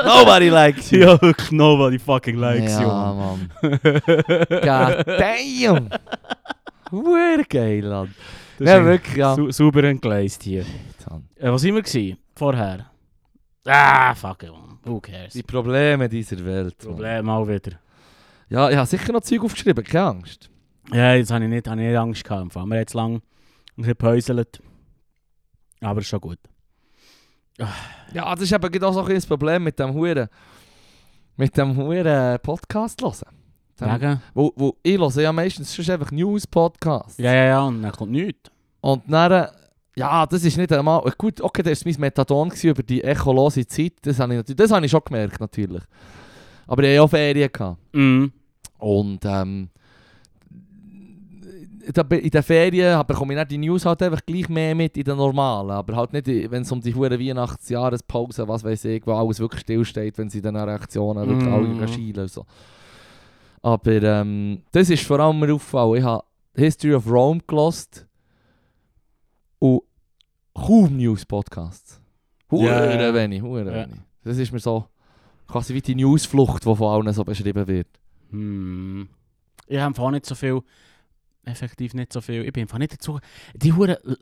Nobody likes you. ja, wirklich, nobody fucking likes you, ja, Mann. Mann. God damn! Huere geil, Mann. Das Ja, ist wirklich, ja. Su sauber entgleist hier. Äh, was sind wir gewesen? Vorher? Ah, fuck it, Mann. Who cares? Die Probleme dieser Welt. Mann. Problem auch wieder. Ja, ich habe sicher noch Zeug aufgeschrieben, keine Angst. Ja, jetzt habe ich nicht, hab ich nicht Angst gehabt. im Fall. Wir haben jetzt lang ein bisschen gehäuselt. Aber ist schon gut. Ja, das ist eben gerade auch so ein bisschen das Problem mit dem Huren. Mit dem Huren Podcast hören. Dem- Wegen? Wo, wo ich höre ja meistens schon einfach News-Podcasts. Ja, ja, ja, und dann kommt nichts. Und dann, äh, ja, das ist nicht einmal. Gut, okay, das war mein Methadon gewesen über die echolose Zeit. Das habe ich, natürlich- das habe ich schon gemerkt, natürlich. Aber ich hatte auch Ferien. Gehabt. Mhm. Und ähm, da bin- in den Ferien aber komme ich nicht die News halt einfach gleich mehr mit in den normalen. Aber halt nicht, wenn es um die hohe Weihnachtsjahrespause, was weiß ich, wo alles wirklich stillsteht, wenn sie dann an Reaktionen wirklich Mhm. alle schielen und so. Aber ähm, das ist vor allem mir aufgefallen. Ich habe History of Rome gelost und kaum News-Podcasts. Hure Ja, ja. wenig, hure Ja. wenig. Das ist mir so quasi wie die Newsflucht, die von allen so beschrieben wird. Hm. Ich habe im Fall nicht so viel. Effektiv nicht so viel. Ich bin im Fall nicht dazu. Die hure,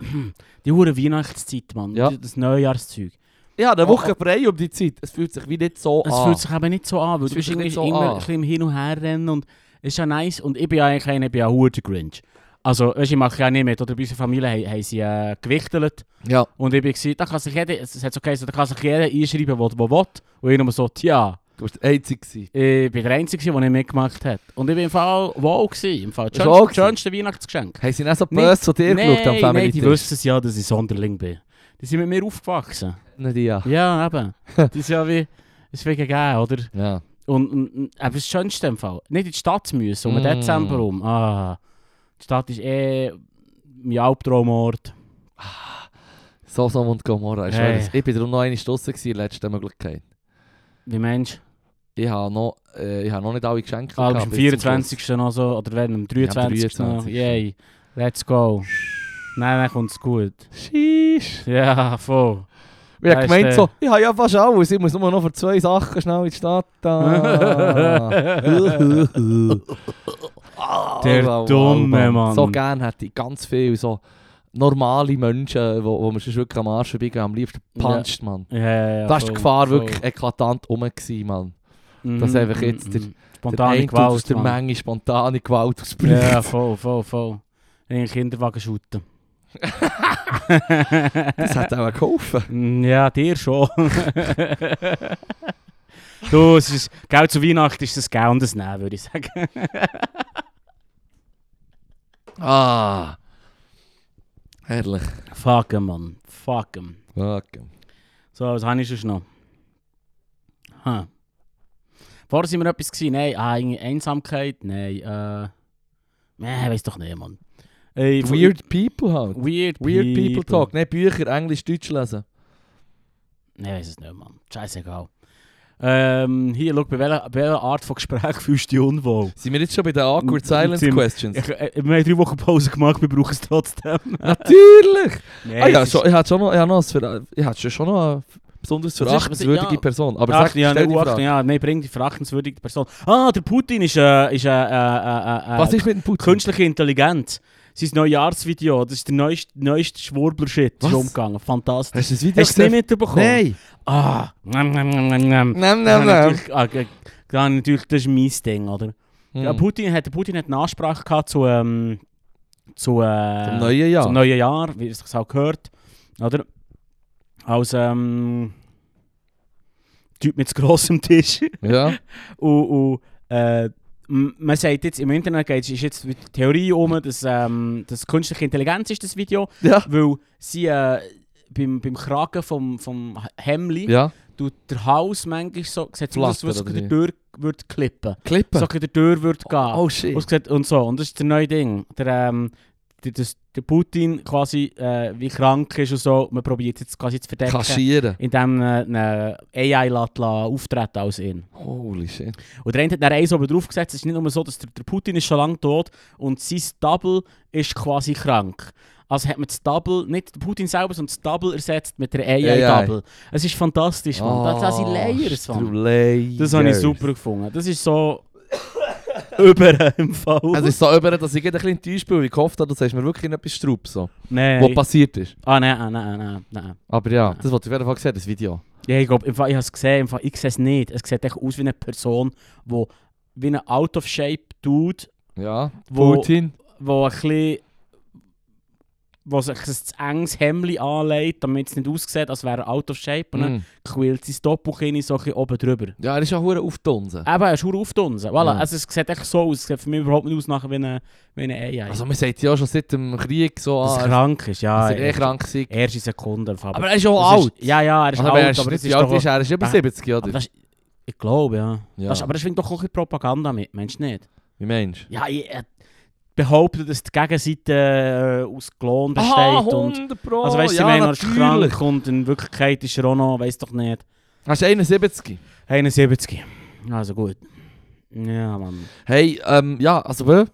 die hure Weihnachtszeit, Mann. Ja. Das Neujahrszeug. Ja, eine Oh, Woche frei um die Zeit. Es fühlt sich wie nicht so Es an. fühlt sich eben nicht so an, weil Oh, ah. Es du fühlt bist sich irgendwie nicht so immer an. ein bisschen im Hin und Her rennen und es ist ja nice. Und ich bin ja eigentlich einer, ich bin ja hure der Grinch. Also, weißt, du, ich mache ja nicht mit. Oder bei unserer Familie haben, haben sie äh, gewichtelt. ja. Und ich bin gesagt, da kann sich jeder, es hat so geheißen, da kann sich jeder einschreiben, was der will. Und ich nur so, tja. Du warst der Einzige. gewesen. Ich bin der Einzige, der nicht mitgemacht hat. Und ich war im Fall wohl. Gewesen, im Fall. Ist wohl Das gewesen? schönste Weihnachtsgeschenk. Haben sie nicht so Nein. böse zu dir geschaut am Family nein, die wissen es ja, dass ich Sonderling bin. Die sind mit mir aufgewachsen. Nicht ja. Ja, eben. das ist ja wie... Das ist wie gegeben, oder? Ja. Und, und, und aber das Schönste im Fall. Nicht in die Stadt zu müssen, um den Mm. Dezember rum. Ah, die Stadt ist eh mein Albtraumort. So, so und Gomorra. Ich, Hey. hey. ich bin darum noch eine Stusse gewesen, letzte Möglichkeit. Wie Mensch. Ich habe noch, äh, ich habe noch nicht alle Geschenke Ah, du bist gehabt am bis zum 24. noch so, oder wenn, am 23. noch. 23.. Yay. Let's go. Nein, dann kommt's gut. Schluss. Sheesh. Ja, voll. Ich habe Weißt gemeint du. so, ich habe ja fast alles. Ich muss nur noch für zwei Sachen schnell in die Stadt. Ah. Der Au, au, au, dumme Mann. Mann. So gern hätte ich ganz viel so normale Menschen, wo, wo man sonst wirklich am Arsch vorbeigehen, am liebsten puncht, man. Ja, ja, ja, da ist die voll, Gefahr voll. wirklich eklatant rum gewesen, man. dass Mhm, einfach jetzt mhm, der- mhm. spontane der Gewalt aus Gewalt. der Mann. Menge spontane Gewalt ausbricht. Ja, voll, voll, voll. In den Kinderwagen shooten. Das hat auch geholfen. Mm, Ja, dir schon. du, es ist, gell, zu Weihnachten ist das Gell und das Nein, würde ich sagen. Ah. Herrlich. Fuck 'em, Mann. Fuck 'em. Fuck. So, was habe ich sonst noch? Hm. Vorher sind wir etwas gewesen. Nein, ah, irgendwie Einsamkeit. Nein, äh... Nein, weiß doch nicht, Mann. Ey, von- Weird People halt. Weird, Weird People Talk. Nein, Bücher, Englisch, Deutsch lesen. Nein, weiß es nicht, Mann. Scheißegal. Ähm, hier, schau, bei welcher, bei welcher Art von Gespräch fühlst du dich unwohl? Sind wir jetzt schon bei den Awkward Mm, Silence sind- Questions? Ich, äh, wir haben drei Wochen Pause gemacht, wir brauchen es trotzdem. Natürlich! Nein, ah, ja, es ist- schon, ich hatte schon noch, ich hatte noch, ein Ver- ich hatte schon noch eine besonders ist- verachtenswürdige ja. Person. Aber Ach, sag, ja, stell die U18, Frage. ja, nein, bring die verachtenswürdige Person. Ah, der Putin ist äh, ist, äh, äh, äh, äh, Was ist mit dem Putin? künstliche Intelligenz. Sein Neujahrsvideo, das ist der neueste, neueste Schwurbler-Shit, das ist Was? umgegangen. Fantastisch. Hast du das Video Hast du es gesehen? nicht mitbekommen? Nein! Ah, nam, nam, nam, nam, nam. Nein, Ja, natürlich, ah, ge- ja, natürlich, das ist mein Ding, oder? Ja, Ja, Putin. Putin hat, Putin hat eine Ansprache gehabt zu, ähm, zu, äh, Zum neuen Jahr. zum neuen Jahr, wie es auch gehört, oder? Als ähm, Typ mit grossem Tisch. ja. und, und äh, m- man sagt jetzt im Internet geht, ist jetzt die Theorie um, dass ähm, das künstliche Intelligenz ist das Video, Ja. weil sie äh, beim, beim Kragen vom, vom Hemli Ja. tut der Hals manchmal so, sieht so aus, als würde Flattern, oder es durch wird klippen, Klippen. so der durch wird gehen. oh shit. Und, es sieht- und so und das ist der neue Ding, der ähm, der, das, der Putin quasi äh, wie krank ist und so, man probiert jetzt quasi zu verdecken, Kaschieren. indem äh, äh, AI lässt, lässt auftreten als ihn. Holy shit. Und der eine hat dann eins oben drauf gesetzt, es ist nicht nur so, dass der, der Putin ist schon lange tot und sein Double ist quasi krank. Also hat man das Double, nicht der Putin selber, sondern das Double ersetzt mit der AI. AI-Double. Es ist fantastisch, man. Ah, das, das sind Layers, Mann. Das habe ich super gefunden. Das ist so... über im Fall. Es ist so über, dass Also, ich gerade ein bisschen enttäuscht bin, weil ich gehofft habe, du sagst mir wirklich etwas Straub, so, was nein. passiert ist. Ah, nein, ah, nein, nein, nein. Aber ja, das wollte ich auf jeden Fall sehen, das Video. Ja, ich glaube, ich habe es gesehen, im Fall, ich sehe es nicht. Es sieht echt aus wie eine Person, die wie ein out-of-shape-Dude Ja, Wo- Putin. wo ein bisschen wo sich ein zu enges Hemdli anlegt, damit es nicht aussieht, als wäre er out of shape. Und dann Mm. quillt sein Doppelkinn so ein bisschen oben drüber. Eben, Ja, er ist ja hure aufgetunsen. er ist verdammt aufdunsen. Voilà. Ja. Also es sieht echt so aus. Es sieht für mich überhaupt nicht aus nachher wie eine, wie eine AI. Also man sagt ja schon seit dem Krieg so, dass ah, er krank ist, ja. dass er eh echt. krank sei. Erste Sekunde. Aber, Aber er ist auch das alt. ist- Ja, ja, er ist Also, aber alt, er ist aber nicht das wie ist alt doch... ist, er ist über Ah. 70, aber oder? das ist- ich glaube, ja. Ja. Das, ist- aber da schwingt doch auch ein bisschen Propaganda mit, meinst du nicht? Wie meinst Ja, ich äh, behaupte, dass die Gegenseite äh, aus Klon besteht und... Pro! Also weißt du, Oh, ja, ja, wenn er ist natürlich. krank und in Wirklichkeit ist er auch noch, weiß doch nicht. Hast du 71? 71. Also gut. Ja, Mann. Hey, ähm, ja, also wö?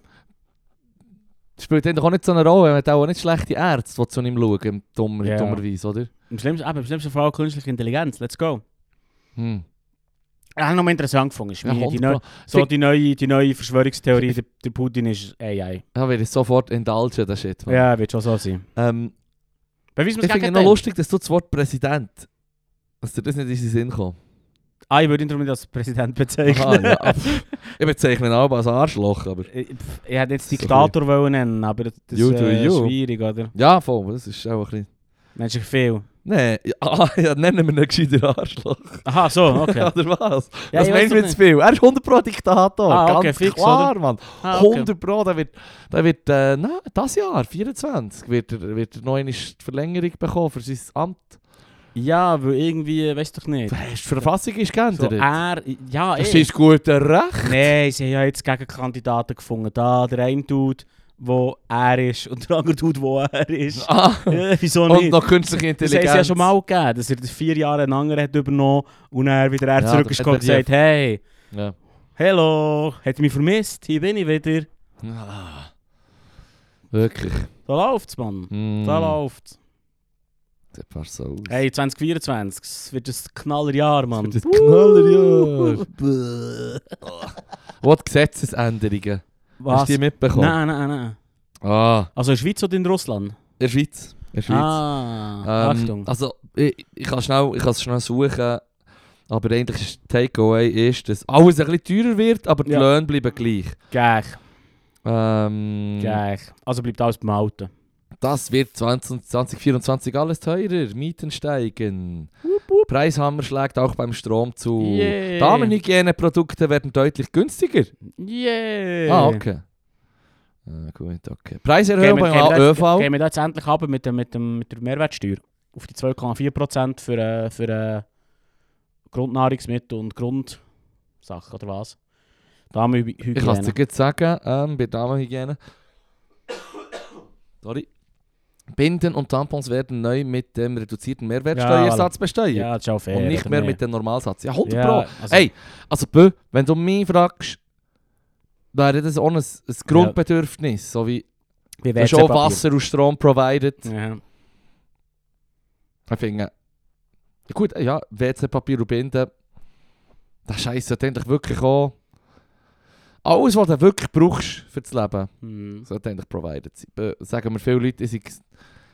Spielt eigentlich auch nicht so eine Rolle, man hat auch nicht schlechte Ärzte, die zu ihm schauen, im dummer, Ja. dummerweise, oder? Im schlimmsten, aber im schlimmsten Fall künstliche Intelligenz. Let's go. Hm. Ich habe noch mal interessant gefunden. Ist Ja, mir die, 100 neu, Pro. so Fick- die, neue, die neue Verschwörungstheorie, der, der Putin ist AI. Ja, werde ich sofort indulgen, das Shit. man. Ja, wird schon so sein. Ähm, Beweis mir ich das finde noch Gegenteil. lustig, dass du das Wort Präsident, dass dir das nicht in den Sinn kommt. Ah, ich würde ihn darum nicht als Präsident Aha, bezeichnen. Ah, ja, pff. ich bezeichne ihn auch als Arschloch, aber... Ich, pff, ich hätte jetzt So ein Diktator wollen nennen, aber das ist You do äh, you. schwierig, oder? Ja, voll, das ist auch ein bisschen... Menschlich viel. Nee, ja, ah, ja, nennen wir ihn gescheiter Arschloch. Aha, so, okay. Oder was? Ja, das ich meint weiß mit doch zu viel. Er ist 100 Pro Diktator. Ah, okay, ganz fix, klar, Mann. Ah, okay. 100 Pro, der wird, der wird äh, nein, das Jahr, 24, wird er, wird er noch eine Verlängerung bekommen für sein Amt. Ja, weil irgendwie, weißt doch nicht. Die Verfassung ist So, geändert. er, ja, das ah, eh. ist gut Recht. Nein, sie haben ja jetzt Gegenkandidaten gefunden. Da, der eine Dude, wo er ist und der andere Dude, wo er ist. Ah, Ja, wieso und nicht? noch künstliche Das Intelligenz. haben sie ja schon mal gegeben, dass er das vier Jahre einen anderen hat übernommen und er wieder er Ja, zurück der ist gekommen und Medvedev. gesagt, hey, Ja. hello, hat mich vermisst, hier bin ich wieder. Ah. Wirklich. So läuft's, Mann. Mm. So läuft's. Das passt so aus. Hey, 2024, es wird ein Knallerjahr, Mann. Das Knallerjahr. Buh. Und die Oh. Gesetzesänderungen. Hast Was? du die mitbekommen? Nein, nein, nein. Ah. Also in der Schweiz oder in Russland? In der Schweiz. In der Schweiz. Ah, Ähm, Achtung. also, ich, ich kann schnell, ich kann es schnell suchen, aber eigentlich ist der Takeaway ist, dass alles ein bisschen teurer wird, aber die Ja. Löhne bleiben gleich. Gleich, Ähm, gleich. Also bleibt alles beim Alten. das wird 20, 2024 alles teurer, Mieten steigen, Preishammer schlägt auch beim Strom zu. Yeah. Damenhygieneprodukte werden deutlich günstiger. Yeah! Ah, okay. Ah, gut, okay. Preiserhöhung beim jetzt, ÖV. gehen wir da jetzt endlich runter mit, dem- mit, dem- mit der Mehrwertsteuer auf die 2,4% für, äh, für äh, Grundnahrungsmittel und Grundsachen, oder was? Ich kann es dir Damenhygiene. gleich sagen, ähm, bei Damenhygiene. Sorry. Binden und Tampons werden neu mit dem reduzierten Mehrwertsteuersatz besteuert. Ja, das ist auch fair. und nicht oder mehr mit dem Normalsatz. Ja, 100 Ja, Pro. also- Ey, also Bö, wenn du mich fragst, wäre das auch ein, ein Grundbedürfnis, so wie Wie du hast auch Wasser und Strom provided. Ja. Ich finde, ja gut, ja, WC-Papier und Binden, das Scheiß sollte eigentlich wirklich auch alles, was du wirklich brauchst für das Leben, Hm. sollte eigentlich provided sein. Bö, Sagen wir viele Leute, sie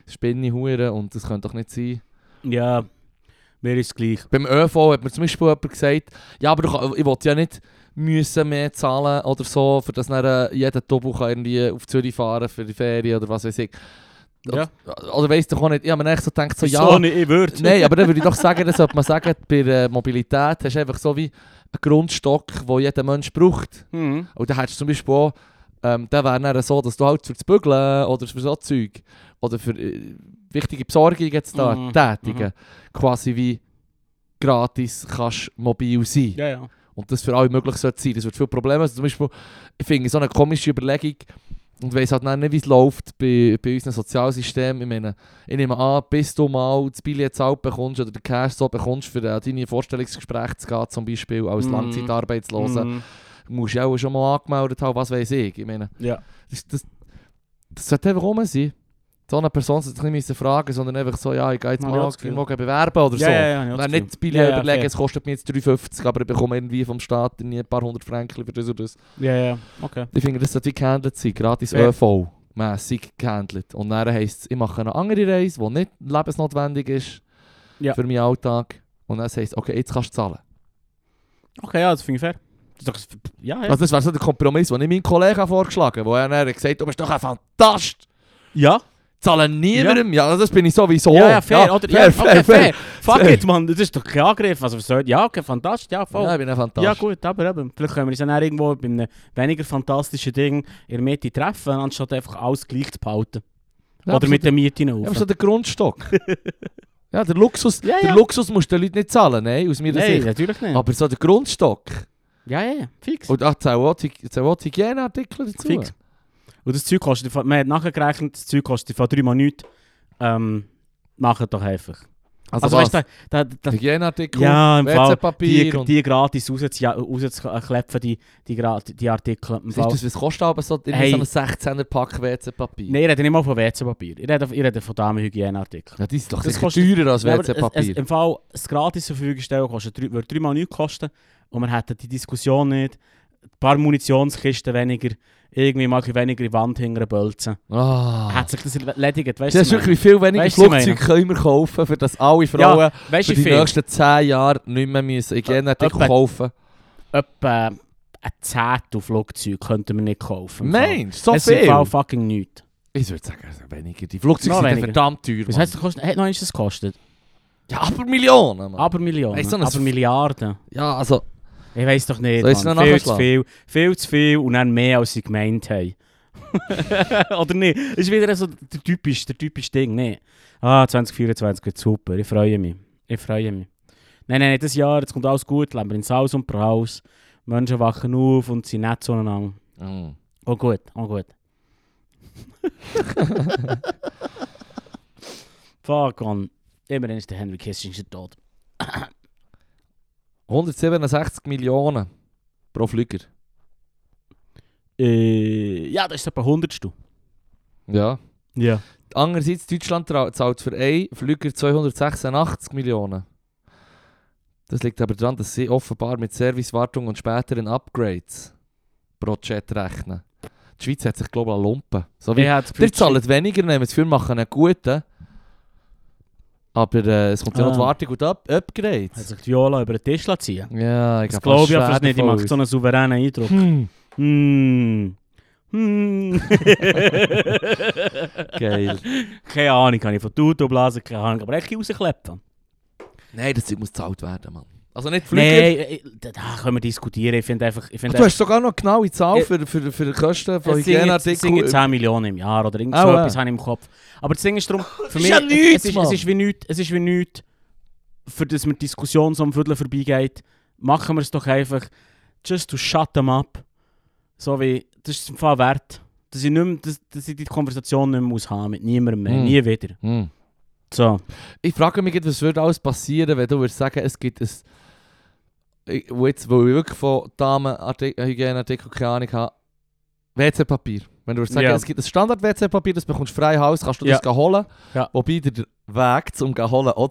spinnen Huren und das könnte doch nicht sein. ja, mir ist es gleich. Beim ÖV hat mir zum Beispiel jemand gesagt, ja, aber du kann, ich will ja nicht müssen mehr zahlen oder so, für das dann äh, jeder Tobu kann irgendwie auf Zürich fahren für die Ferien oder was weiß ich. Ja. Oder, oder weißt du auch nicht, ich habe mir echt so gedacht, so, ja, Wieso nicht, ich würde. Nein, aber dann würde ich doch sagen, das sollte man sagen, bei der Mobilität hast du einfach so wie einen Grundstock, den jeder Mensch braucht. Hm. Und dann hättest du zum Beispiel auch, ähm, der wäre dann so, dass du halt für das Bügeln oder für so Zeug oder für äh, wichtige Besorgungen jetzt da Mhm. tätigen, quasi wie gratis kannst mobil sein. Ja, ja. Und das für alle möglich sollte sein. Das wird viele Probleme. Also zum Beispiel, ich finde so eine komische Überlegung und weiss halt dann nicht, wie es läuft bei, bei unserem Sozialsystem. Ich meine, ich nehme an, bis du mal das Billett bezahlt bekommst oder den Cash so bekommst, für äh, deine Vorstellungsgespräche zu gehen, zum Beispiel als Mhm. Langzeitarbeitsloser, Hm. musst du ja auch schon mal angemeldet haben, was weiß ich. Ich meine, Ja. das, das, das sollte einfach rum sein. So eine Person sollte sich nicht müssen fragen, sondern einfach so, ja, ich gehe jetzt Ja, mal ja, ja, das Gefühl. morgen bewerben oder so. ja, ja, ja, ja. Und das dann nicht Gefühl. das Billett Ja, ja, überlegen, fair. es kostet mir jetzt 3,50, aber ich bekomme irgendwie vom Staat irgendwie ein paar hundert Franken für das oder das. Ja, ja, okay. Ich finde, das sollte wie gehandelt sein, gratis Ja. ÖV mässig gehandelt. Und dann heisst es, ich mache eine andere Reise, die nicht lebensnotwendig ist Ja. für meinen Alltag. Und dann heisst es, okay, jetzt kannst du zahlen. Okay, ja, das finde ich fair. Das ist doch, ja, ja. Also das wäre so der Kompromiss, den ich meinem Kollegen vorgeschlagen habe, wo er dann gesagt hat, du bist doch ein Fantast, ja. zahlen niemandem. Ja. das bin ich sowieso. Ja, ja, fair, oder? Ja, okay, fair. Fuck Fair. it, man, das ist doch kein Angriff. Also, was soll- ja, okay, fantastisch, ja, voll. Ja, Ja, ich bin ein Fantast. Ja, gut, aber eben, vielleicht können wir uns dann auch irgendwo bei einem eh, weniger fantastischen Ding in der Mitte treffen, anstatt einfach alles gleich zu behalten. Oder absolut. mit den Mieten auf. Ja, aber so der Grundstock. ja, der Luxus, Ja, der ja. Luxus musst du den Leuten nicht zahlen, nein, aus meiner Nein, Sicht. natürlich nicht. Aber so der Grundstock. ja, ja, ja, fix. Und ach, zählen auch die, zählen auch die Hygieneartikel dazu. Fix. Und das Zeug kostet, von- man hat nachgerechnet, das Zeug kostet von dreimal nichts. Ähm, machen doch einfach. Also, Also, was? weißt du, da, da, da, Hygieneartikel, ja, im Fall. WC-Papier Die, und... die gratis rauszuzie- rauszuklepfen, die, die, gra- die Artikel. Im was Fall. ist das, was kostet aber so, in Hey. so einem 16er-Pack WC-Papier? Nein, ich rede nicht mal von WC-Papier. Ich rede, ich rede von Damenhygieneartikeln. Ja, die ist doch Das sicher kostet- teurer als Ja, aber es- es- WC-Papier. Im Fall, das gratis zur Verfügung stellen kostet, drei- würde dreimal nichts kosten und wir hätten die Diskussion nicht. Ein paar Munitionskisten weniger, irgendwie mal ein bisschen weniger in die Wand hinter Bölzen. Ah. Hat sich das erledigt, weißt Das ist du? wirklich viel weniger Weisst du, was ich Flugzeuge können wir kaufen, für das alle Frauen weißt für du, die wie viel? nächsten 10 Jahre nicht mehr müssen Hygieneartikel Etwa- kaufen. Etwa ein Zehntel Flugzeug könnten wir nicht kaufen. im Fall. Mensch, so Es sind im viel! Fall fucking nichts. Ich würde sagen, also weniger. Die Flugzeuge Noch sind ja weniger. verdammt teuer. Was Mann. heißt, kostet, hat noch eins das gekostet? Ja, aber Millionen, Mann. Aber Millionen, Weißt du, so ein aber Milliarden. Ja, also, Ich weiß doch nicht, Soll ich's Mann. noch viel zu nachschlagen? viel, viel zu viel und dann mehr, als sie gemeint haben. Oder nicht? Das ist wieder so der typische, der typische Ding, nee. Ah, 2024 wird super, ich freue mich. Ich freue mich. Nein, nein, nein, das Jahr, jetzt kommt alles gut, leben wir in Saus und Braus. Menschen wachen auf und sind nett zueinander. mm. Oh gut, oh gut. Fuck on. Immerhin ist der Henry Kissinger tot. 167 Millionen pro Flüger. Äh, ja, das ist etwa 100. Ja. Ja. Andererseits, Deutschland tra- zahlt für einen Flüger 286 Millionen. Das liegt aber daran, dass sie offenbar mit Servicewartung und späteren Upgrades pro Jet rechnen. Die Schweiz hat sich, glaube ich, an Lumpen. So wie, Ich habe das Gefühl, Ihr zahlt weniger, nehmen für machen einen guten. Aber äh, es kommt ja noch die Ah. Wartung und Up Er hat Upgrades. sich die Jola über den Tisch lassen ziehen Ja, Das glaube ich einfach nicht. Ich mache so einen souveränen Eindruck. Hm, Hm. Hm. geil. keine Ahnung, kann ich von Tuto blasen, keine Ahnung, aber echt rauskleppen. Nein, das Zeug muss gezahlt werden, Mann. Also nicht Flüger. Nein, äh, eh, da, ah, da können wir diskutieren. Ich finde einfach, ich Ach, finde du hast sogar noch eine genaue Zahl Ich- für, für, für die Kosten von es sind Äh, jetzt- es sind jetzt Hygieneartikeln. 10 Millionen im Jahr oder irgend Ah, so ja. etwas habe ich im Kopf. Aber das Ding ist darum, für ist mich, ja nichts, es, ist, Mann. es ist wie nichts, es ist wie nichts, für das mit Diskussion so am Viertel vorbeigeht, machen wir es doch einfach, just to shut them up. So wie, das ist im Fall wert, dass ich, nicht mehr, dass, dass ich die Konversation nicht mehr muss haben mit niemandem mehr, Mhm. nie wieder. Hm. So. Ich frage mich, jetzt, was würde alles passieren, wenn du würdest sagen, es gibt ein... Ich, wo jetzt, wo ich wirklich von Damenhygieneartikeln keine Ahnung habe, WC-Papier. Wenn du würdest sagen, Ja. es gibt ein Standard-WC-Papier, das bekommst du frei Haus, kannst du Ja. das gehen holen. Ja. Wobei der Weg zum gehen holen auch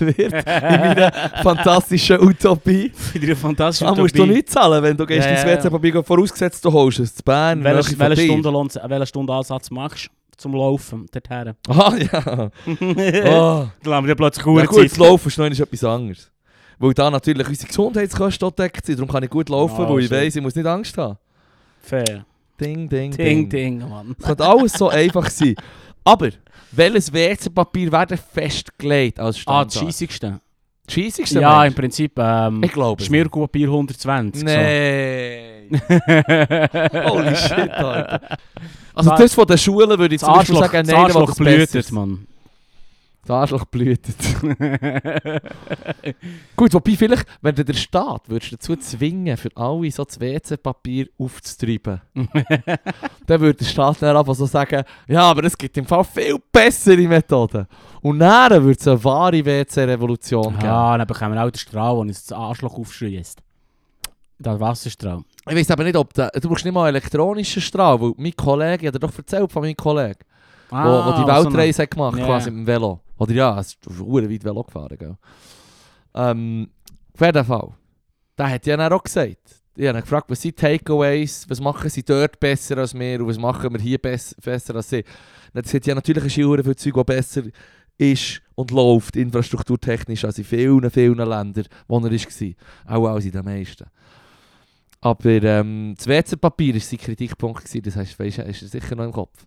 wird. In meiner fantastischen Utopie. Wieder fantastisch. Da Ah, musst du nicht zahlen, wenn du gehst Ja, ins ja, ja. WC-Papier, vorausgesetzt du holst es zu Bern. Welchen nahe von dir. Stundenlohn, welchen Stundenansatz machst du zum Laufen dorthin? Ah ja. Dann Oh. haben wir plötzlich Ja, gute gut, das Zeit. Laufen ist noch einmal etwas anderes. Weil da natürlich unsere Gesundheitskosten auch gedeckt sind. Darum kann ich gut laufen, Ah, weil ich schön. weiss, ich muss nicht Angst haben. Fair. Ding, ding, Ding, ding. ding, Mann. Es könnte alles so einfach sein. Aber, welches WC-Papier wäre festgelegt als Ah, Standard? das scheissigste. das Scheissigste Ja, im meinst Prinzip ähm, du? Ich glaube es. Schmierkuhpapier 120. Nee. So. Holy shit, Alter. Also Das- das von den Schulen würde ich Das zum Beispiel Arschloch, sagen, das nein, Arschloch blühtet, man. Mann. Das Arschloch blühtet. Gut, wobei vielleicht, wenn du der Staat würdest dazu zwingen, für alle so das WC-Papier aufzutreiben, dann würde der Staat dann einfach so sagen, ja, aber es gibt im Fall viel bessere Methoden. Und dann würde es eine wahre WC-Revolution geben. ja, dann bekommen wir auch den Strahl, der uns das Arschloch aufschießt. Der Wasserstrahl. Ich weiß aber nicht, ob der, du brauchst nicht mal einen elektronischen Strahl, weil mein Kollege, ich habe dir doch erzählt von meinem Kollegen, Ah, wo, wo die also noch- Weltreise hat gemacht Ja. quasi mit dem Velo. Oder ja, es ist verdammt weit Velo gefahren, gell. Ähm, auf jeden Fall. Da hat ja dann auch gesagt. Ich habe ihn gefragt, was sind Takeaways, was machen sie dort besser als wir und was machen wir hier bess besser als sie. Dann hat ja natürlich ein Schild für Zeug, das besser ist und läuft, infrastrukturtechnisch, als in vielen, vielen Ländern, wo er war. Auch als in den meisten. Aber ähm, das WC-Papier war sein Kritikpunkt, gewesen. das heißt, weisst du, ist er sicher noch im Kopf.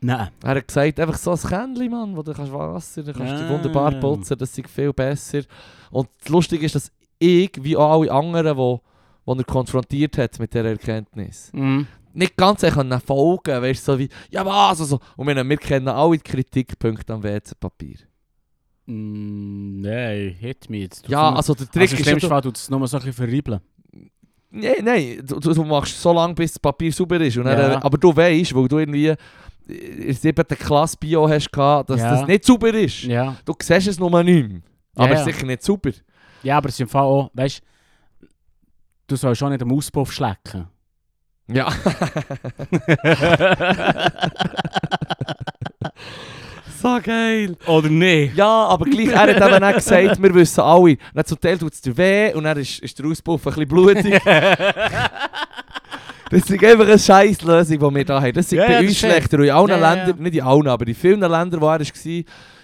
Nein. Er hat gesagt, einfach so ein Kännchen, Mann, wo du kannst Wasser, du kannst dich Ah. wunderbar putzen, das ist viel besser. Und das Lustige ist, dass ich, wie auch alle anderen, wo, wo er konfrontiert hat mit dieser Erkenntnis, Mhm. nicht ganz haben können folgen, weißt du, so wie, ja was, also, und wir, wir kennen alle die Kritikpunkte am WC-Papier. Mm, Nein, hit me jetzt. Du Ja, kommst- also der Trick also, im ist, ja, schlimmsten du, Fall tut es nur so ein bisschen verriebeln. nee, nee, du, du du machst so lange, bis das Papier sauber ist, und dann, äh, Ja. aber du weißt, weil du irgendwie in der siebten Klasse Bio hast, gehabt, dass Ja. das nicht sauber ist. Ja. Du siehst es nur nicht mehr. Ja, Aber es ja. ist sicher nicht super. ja, aber es ist im Fall auch, weißt du, sollst schon nicht am Auspuff schlecken. Ja. so geil. Oder nicht? Ja, aber gleich, er hat eben auch gesagt, wir wissen alle, dann zum Teil tut es dir weh und dann ist, ist der Auspuff ein bisschen blutig. Das ist einfach eine scheiß Lösung, die wir da haben. Das ist Ja, bei ja, das uns ist fair. schlechter. Und in allen Ja, ja, ja. Ländern, nicht in allen, aber in vielen Ländern, wo er war,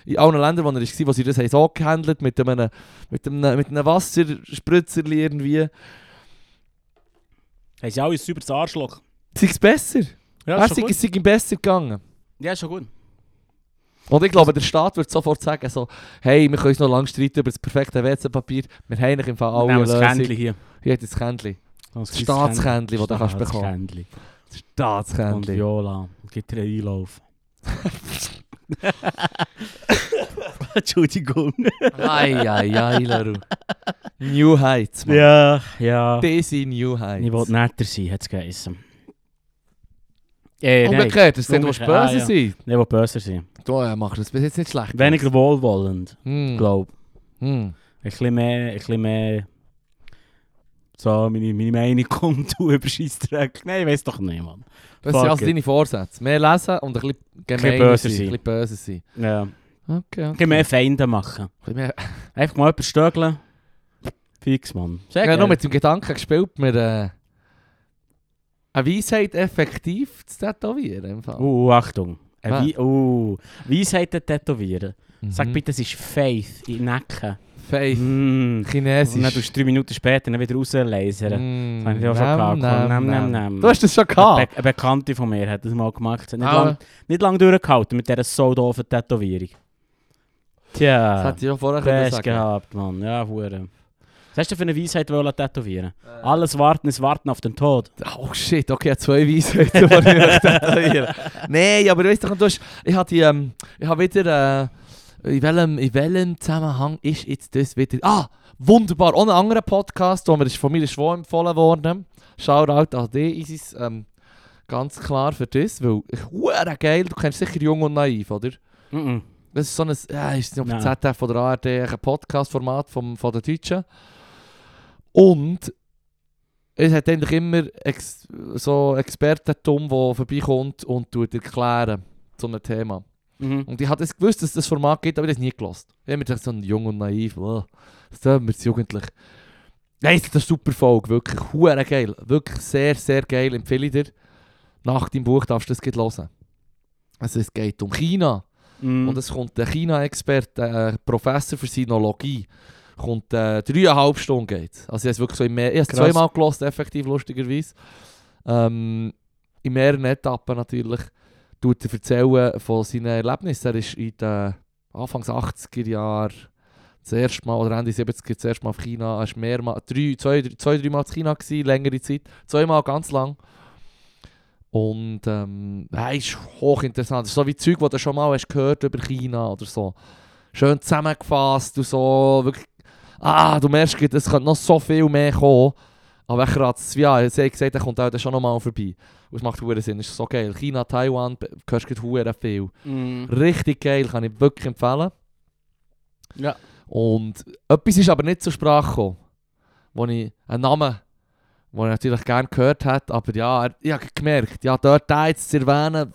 in allen Ländern, wo er war, wo sie das haben so gehandelt, mit einem, mit einem, mit einem Wasserspritzer irgendwie, Haben sie alle ein sauberes Arschloch? sei es besser. Ja, Er sei, es sei ihm besser gegangen. Ja, schon gut. Und ich glaube, der Staat würde sofort sagen, so, hey, wir können uns noch lange streiten über das perfekte WC-Papier. Wir haben eigentlich im Fall alle eine Nehmen wir das Lösung. Kändchen hier. Hier hat das Kändchen. Das Das Staatskändchen, das du kannst bekommen. Staatskändchen. Das Und Staatskändchen. Viola. Gibt dir einen Einlauf. Entschuldigung. Ei, ei, ei, Leru. New Heights, Mann. Ja, ja. Das sind New Ich Heights. wollte netter sein, hat es geheissen. Äh, nein. Umgekehrt, das sind du musst böse Umgekehrt, ah, ja. sein. Ich will böser sein. Du äh, machst das bis jetzt nicht schlecht. Weniger wohlwollend, Hm. glaube ich. Hm. Ein bisschen mehr, ein bisschen mehr... So, meine, meine Meinung kommt, du Überscheissdreck. Nein, ich weiß doch nicht, Mann. Das Fuck sind also it. deine Vorsätze. Mehr lesen und ein bisschen gemeiner böser sein. sein. Ein bisschen böse sein. Ja. Okay, Ein bisschen mehr Feinde machen. mehr. Einfach mal jemanden stögeln. Fix, Mann. Sehr Ich habe gerne. eh, nur mit dem Gedanken gespielt, mir äh, Eine Weisheit effektiv zu tätowieren im Fall. Uh, Achtung. Äh, Was? wie, uh, Weisheit der Tätowieren. Sag Mhm. bitte, es ist Faith in den Nacken. Faith. Mm. Und dann Chinesisch. tust du drei Minuten später dann wieder rauslasern. Mm. Das habe ich dir auch schon gehabt. Nam, nam, Nam, nam, nam. nam. Du hast das schon Eine, gehabt. Be eine Bekannte von mir hat das mal gemacht. Sie hat nicht, Ah, lang, nicht lang durchgehalten mit dieser so doofen Tätowierung. Das Tja, hätte ich auch vorher können Pech sagen gehabt, Mann. Ja, Hure. Was hast du für eine Weisheit wollen tätowieren? Alles Warten ist Warten auf den Tod. Oh shit, okay, ich habe zwei Weisheiten, die ich euch tätowieren Nein, aber weißt du, du hast, ich habe die, ähm, ich habe wieder, äh, in, welchem, in welchem Zusammenhang ist jetzt das wieder? Ah, wunderbar, auch einen anderen Podcast, der mir ist von mir ist schon empfohlen worden. Shoutout an dich, Isis, ähm, ganz klar für das, weil, hure geil, du kennst sicher Jung und Naiv, oder? Mm -mm. Das ist so ein, ja, ist auf Nein. ZF oder ARD, ein Podcast-Format vom, von den Deutschen. Und es hat eigentlich immer ex, so Expertentum, der vorbeikommt und tut erklären zu einem Thema. Mhm. Und ich hatte es gewusst, dass es das Format gibt, aber ich habe es nie gelost. Ich habe mir gedacht, so ein jung und naiv, oh, das tun wir jetzt jugendlich. Nein, es ist eine super Folge, wirklich, hure geil. Wirklich sehr, sehr geil, empfehle ich dir. Nach deinem Buch darfst du das gleich hören. Also es geht um China. Mm. Und es kommt der China-Experte, äh, Professor für Sinologie, kommt äh, dreieinhalb Stunden geht. Also ich habe es wirklich so in mehr, ich habe es Krass. zweimal gelost, effektiv lustigerweise. Ähm, in mehreren Etappen natürlich tut er erzählen von seinen Erlebnissen. Er ist in den Anfangs 80er Jahren das erste Mal, oder Ende 70er das erste Mal auf China, er ist mehrmal, drei, zwei, drei- zwei, drei Mal in China gewesen, längere Zeit, zweimal ganz lang. Und ähm, ja, ist hochinteressant. Das ist so wie Zeug, das du schon mal hast gehört über China oder so. Schön zusammengefasst und so. Wirklich, ah, du merkst, es könnte noch so viel mehr kommen. Aber ich kratzt es wie an. Sie hat gesagt, er kommt auch schon nochmal vorbei. Und es macht verdammt Sinn. Es ist so geil. China, Taiwan, be- hörst du verdammt viel. Mm. Richtig geil, kann ich wirklich empfehlen. Ja. Und etwas ist aber nicht zur Sprache gekommen, wo ich einen Namen, den ich natürlich gerne gehört hätte, aber ja, er- ich habe gemerkt, ja, dort den jetzt zu erwähnen,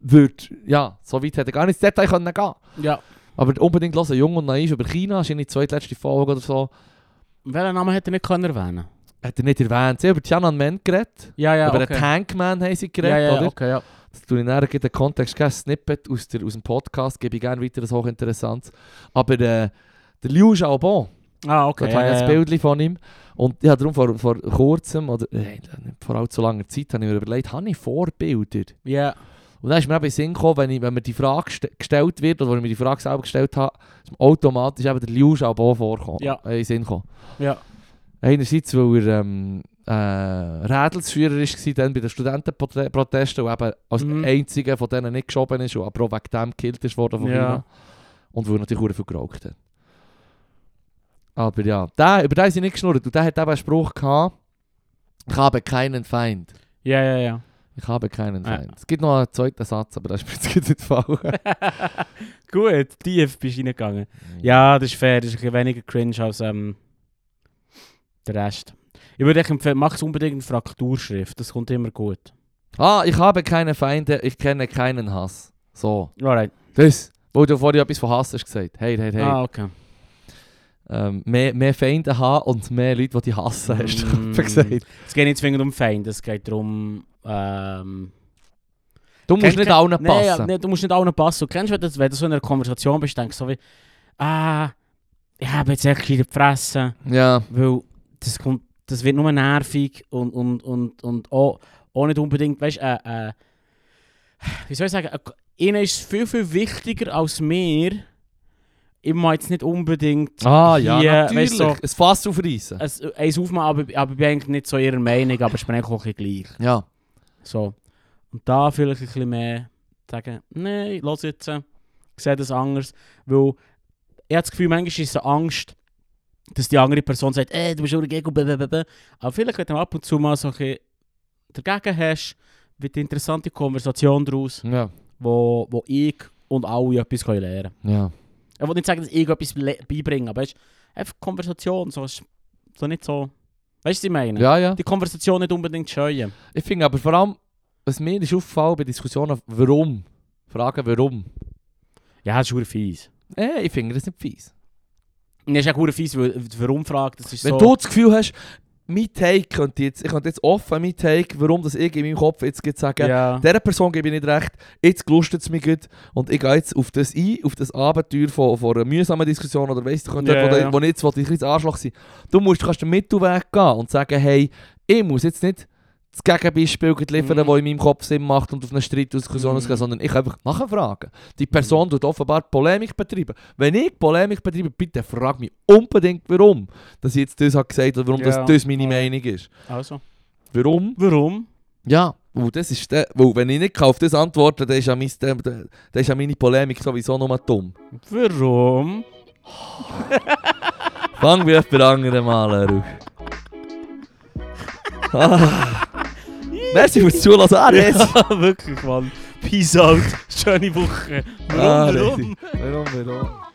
würde, ja, so weit hätte er gar nicht ins Detail können gehen Ja. Aber unbedingt hören, Jung und Naiv über China, ist in die zweitletzte Folge oder so, Welchen Namen hätte er nicht können erwähnen hat er nicht erwähnt. Sie haben über Tiananmen geredet, Ja, ja, über okay. den Tankman haben sie geredet, ja, ja, oder? okay, ja. Das tue ich nachher den Kontext, gell, ein Snippet aus, der, aus dem Podcast, gebe ich gerne weiter, das ist hochinteressant. Aber äh, der Liu Xiaobo, Ah, okay. dort habe ich ja, ein ja. Bild von ihm. Und ich habe darum vor, vor kurzem, oder äh, nicht vor allzu langer Zeit, habe ich mir überlegt, habe ich Vorbilder? Ja. Und dann ist mir eben in den Sinn gekommen, wenn, ich, wenn mir die Frage geste- gestellt wird, oder wenn ich mir die Frage selber gestellt habe, ist mir automatisch eben der Liu Xiaobo vorgekommen, Ja. äh, in den Sinn gekommen. Ja. Einerseits, weil er ähm, äh, Rädelsführer war dann bei den Studentenprotesten und eben als Mhm. einziger von denen nicht geschoben ist und aber auch wegen dem gekillt ist worden von Ja. China. Und weil er natürlich auch viel geraucht hat. Aber ja, der, über den sind nicht geschnurrt. Und der hat eben einen Spruch gehabt, ich habe keinen Feind. Ja, ja, ja. Ich habe keinen Ja. Feind. Es gibt noch einen zweiten Satz, aber das ist mir jetzt gerade nicht gefallen. Gut, tief bist du reingegangen. Ja, das ist fair, das ist ein bisschen weniger cringe als ähm, der Rest. Ich würde euch empfehlen, mach es unbedingt in Frakturschrift, das kommt immer gut. Ah, ich habe keine Feinde, ich kenne keinen Hass. So. Alright. Das, wo du vorhin etwas von Hass hast gesagt. Hey, hey, hey. Ah, okay. ähm, mehr, mehr Feinde haben und mehr Leute, die dich hassen, hast du Mm. mm. gesagt. Es geht nicht zwingend um Feinde, es geht darum. Ähm, Du musst Kennt- nicht allen passen. Nee, ja, nee, du musst nicht allen passen. Und kennst du, wenn du, wenn du so in einer Konversation bist, denkst du so wie, ah, ich habe jetzt echt in die Fresse. ja. Weil das, kommt, das wird nur nervig und, und, und, und auch, auch nicht unbedingt, weißt du, äh, äh, wie soll ich sagen, äh, ihnen ist es viel, viel wichtiger als mir. Ich meine jetzt nicht unbedingt Ah, ja, hier, natürlich. weißt du, Es fasst aufreißen. es, eins aufmachen, aber, aber ich bin eigentlich nicht so ihrer Meinung, aber ich bin eigentlich auch ein bisschen gleich. Ja. So. Und da vielleicht ein bisschen mehr sagen, nein, lass jetzt, äh, ich sehe das anders. Weil ich habe das Gefühl, manchmal ist es eine Angst, dass die andere Person sagt, äh, du bist nur gegen, blablabla. Aber vielleicht, wenn du ab und zu mal so ein bisschen dagegen hast, wird eine interessante Konversation daraus, Ja. wo, wo ich und alle etwas können lernen können. Ja. Ich will nicht sagen, dass ich etwas le- beibringe, aber es ist einfach Konversation, so, ist- so nicht so... Weißt du, was ich meine? Ja, ja. Die Konversation nicht unbedingt scheuen. Ich finde aber vor allem, was mir ist aufgefallen bei Diskussionen, warum? Fragen warum. Ja, das ist verdammt fies. Äh, ich finde das nicht fies. Und Das ist auch verdammt fies, weil für Umfrage, das ist Wenn so... du das Gefühl hast, mein Take könnte jetzt, ich könnte jetzt offen mein Take, warum das ich in meinem Kopf jetzt gerade sage, Ja. dieser Person gebe ich nicht recht, jetzt gelustet es mich gut und ich gehe jetzt auf das ein, auf das Abenteuer von, von einer mühsamen Diskussion oder weißt du, dort, Ja, wo, ja. wo ich jetzt will, ich ein bisschen Arschloch sein Du musst, du kannst den Mittelweg gehen und sagen, hey, ich muss jetzt nicht das Gegenbeispiel gleich liefern, Mhm. das in meinem Kopf Sinn macht und auf eine Streitdiskussion Mhm. ausgehen, sondern ich kann einfach nachfragen. Die Person tut offenbar Polemik betreiben. Wenn ich Polemik betreibe, bitte frag mich unbedingt, warum, dass ich jetzt das habe gesagt oder warum Ja. das, das meine Ja. Meinung ist. Also. Warum? Warum? Ja, und Oh, das ist der, weil wenn ich nicht auf das antworte, dann ist, ja mein, dann, dann dann ist ja meine Polemik sowieso nur dumm. Warum? Fang wie jemand anderen mal an. Ruf. Ah. Merci fürs Zulassen. Ah, Resi. Ja, wirklich, Mann. Peace out. Schöne Woche. Warum? Ah, warum? Resi. Warum, warum?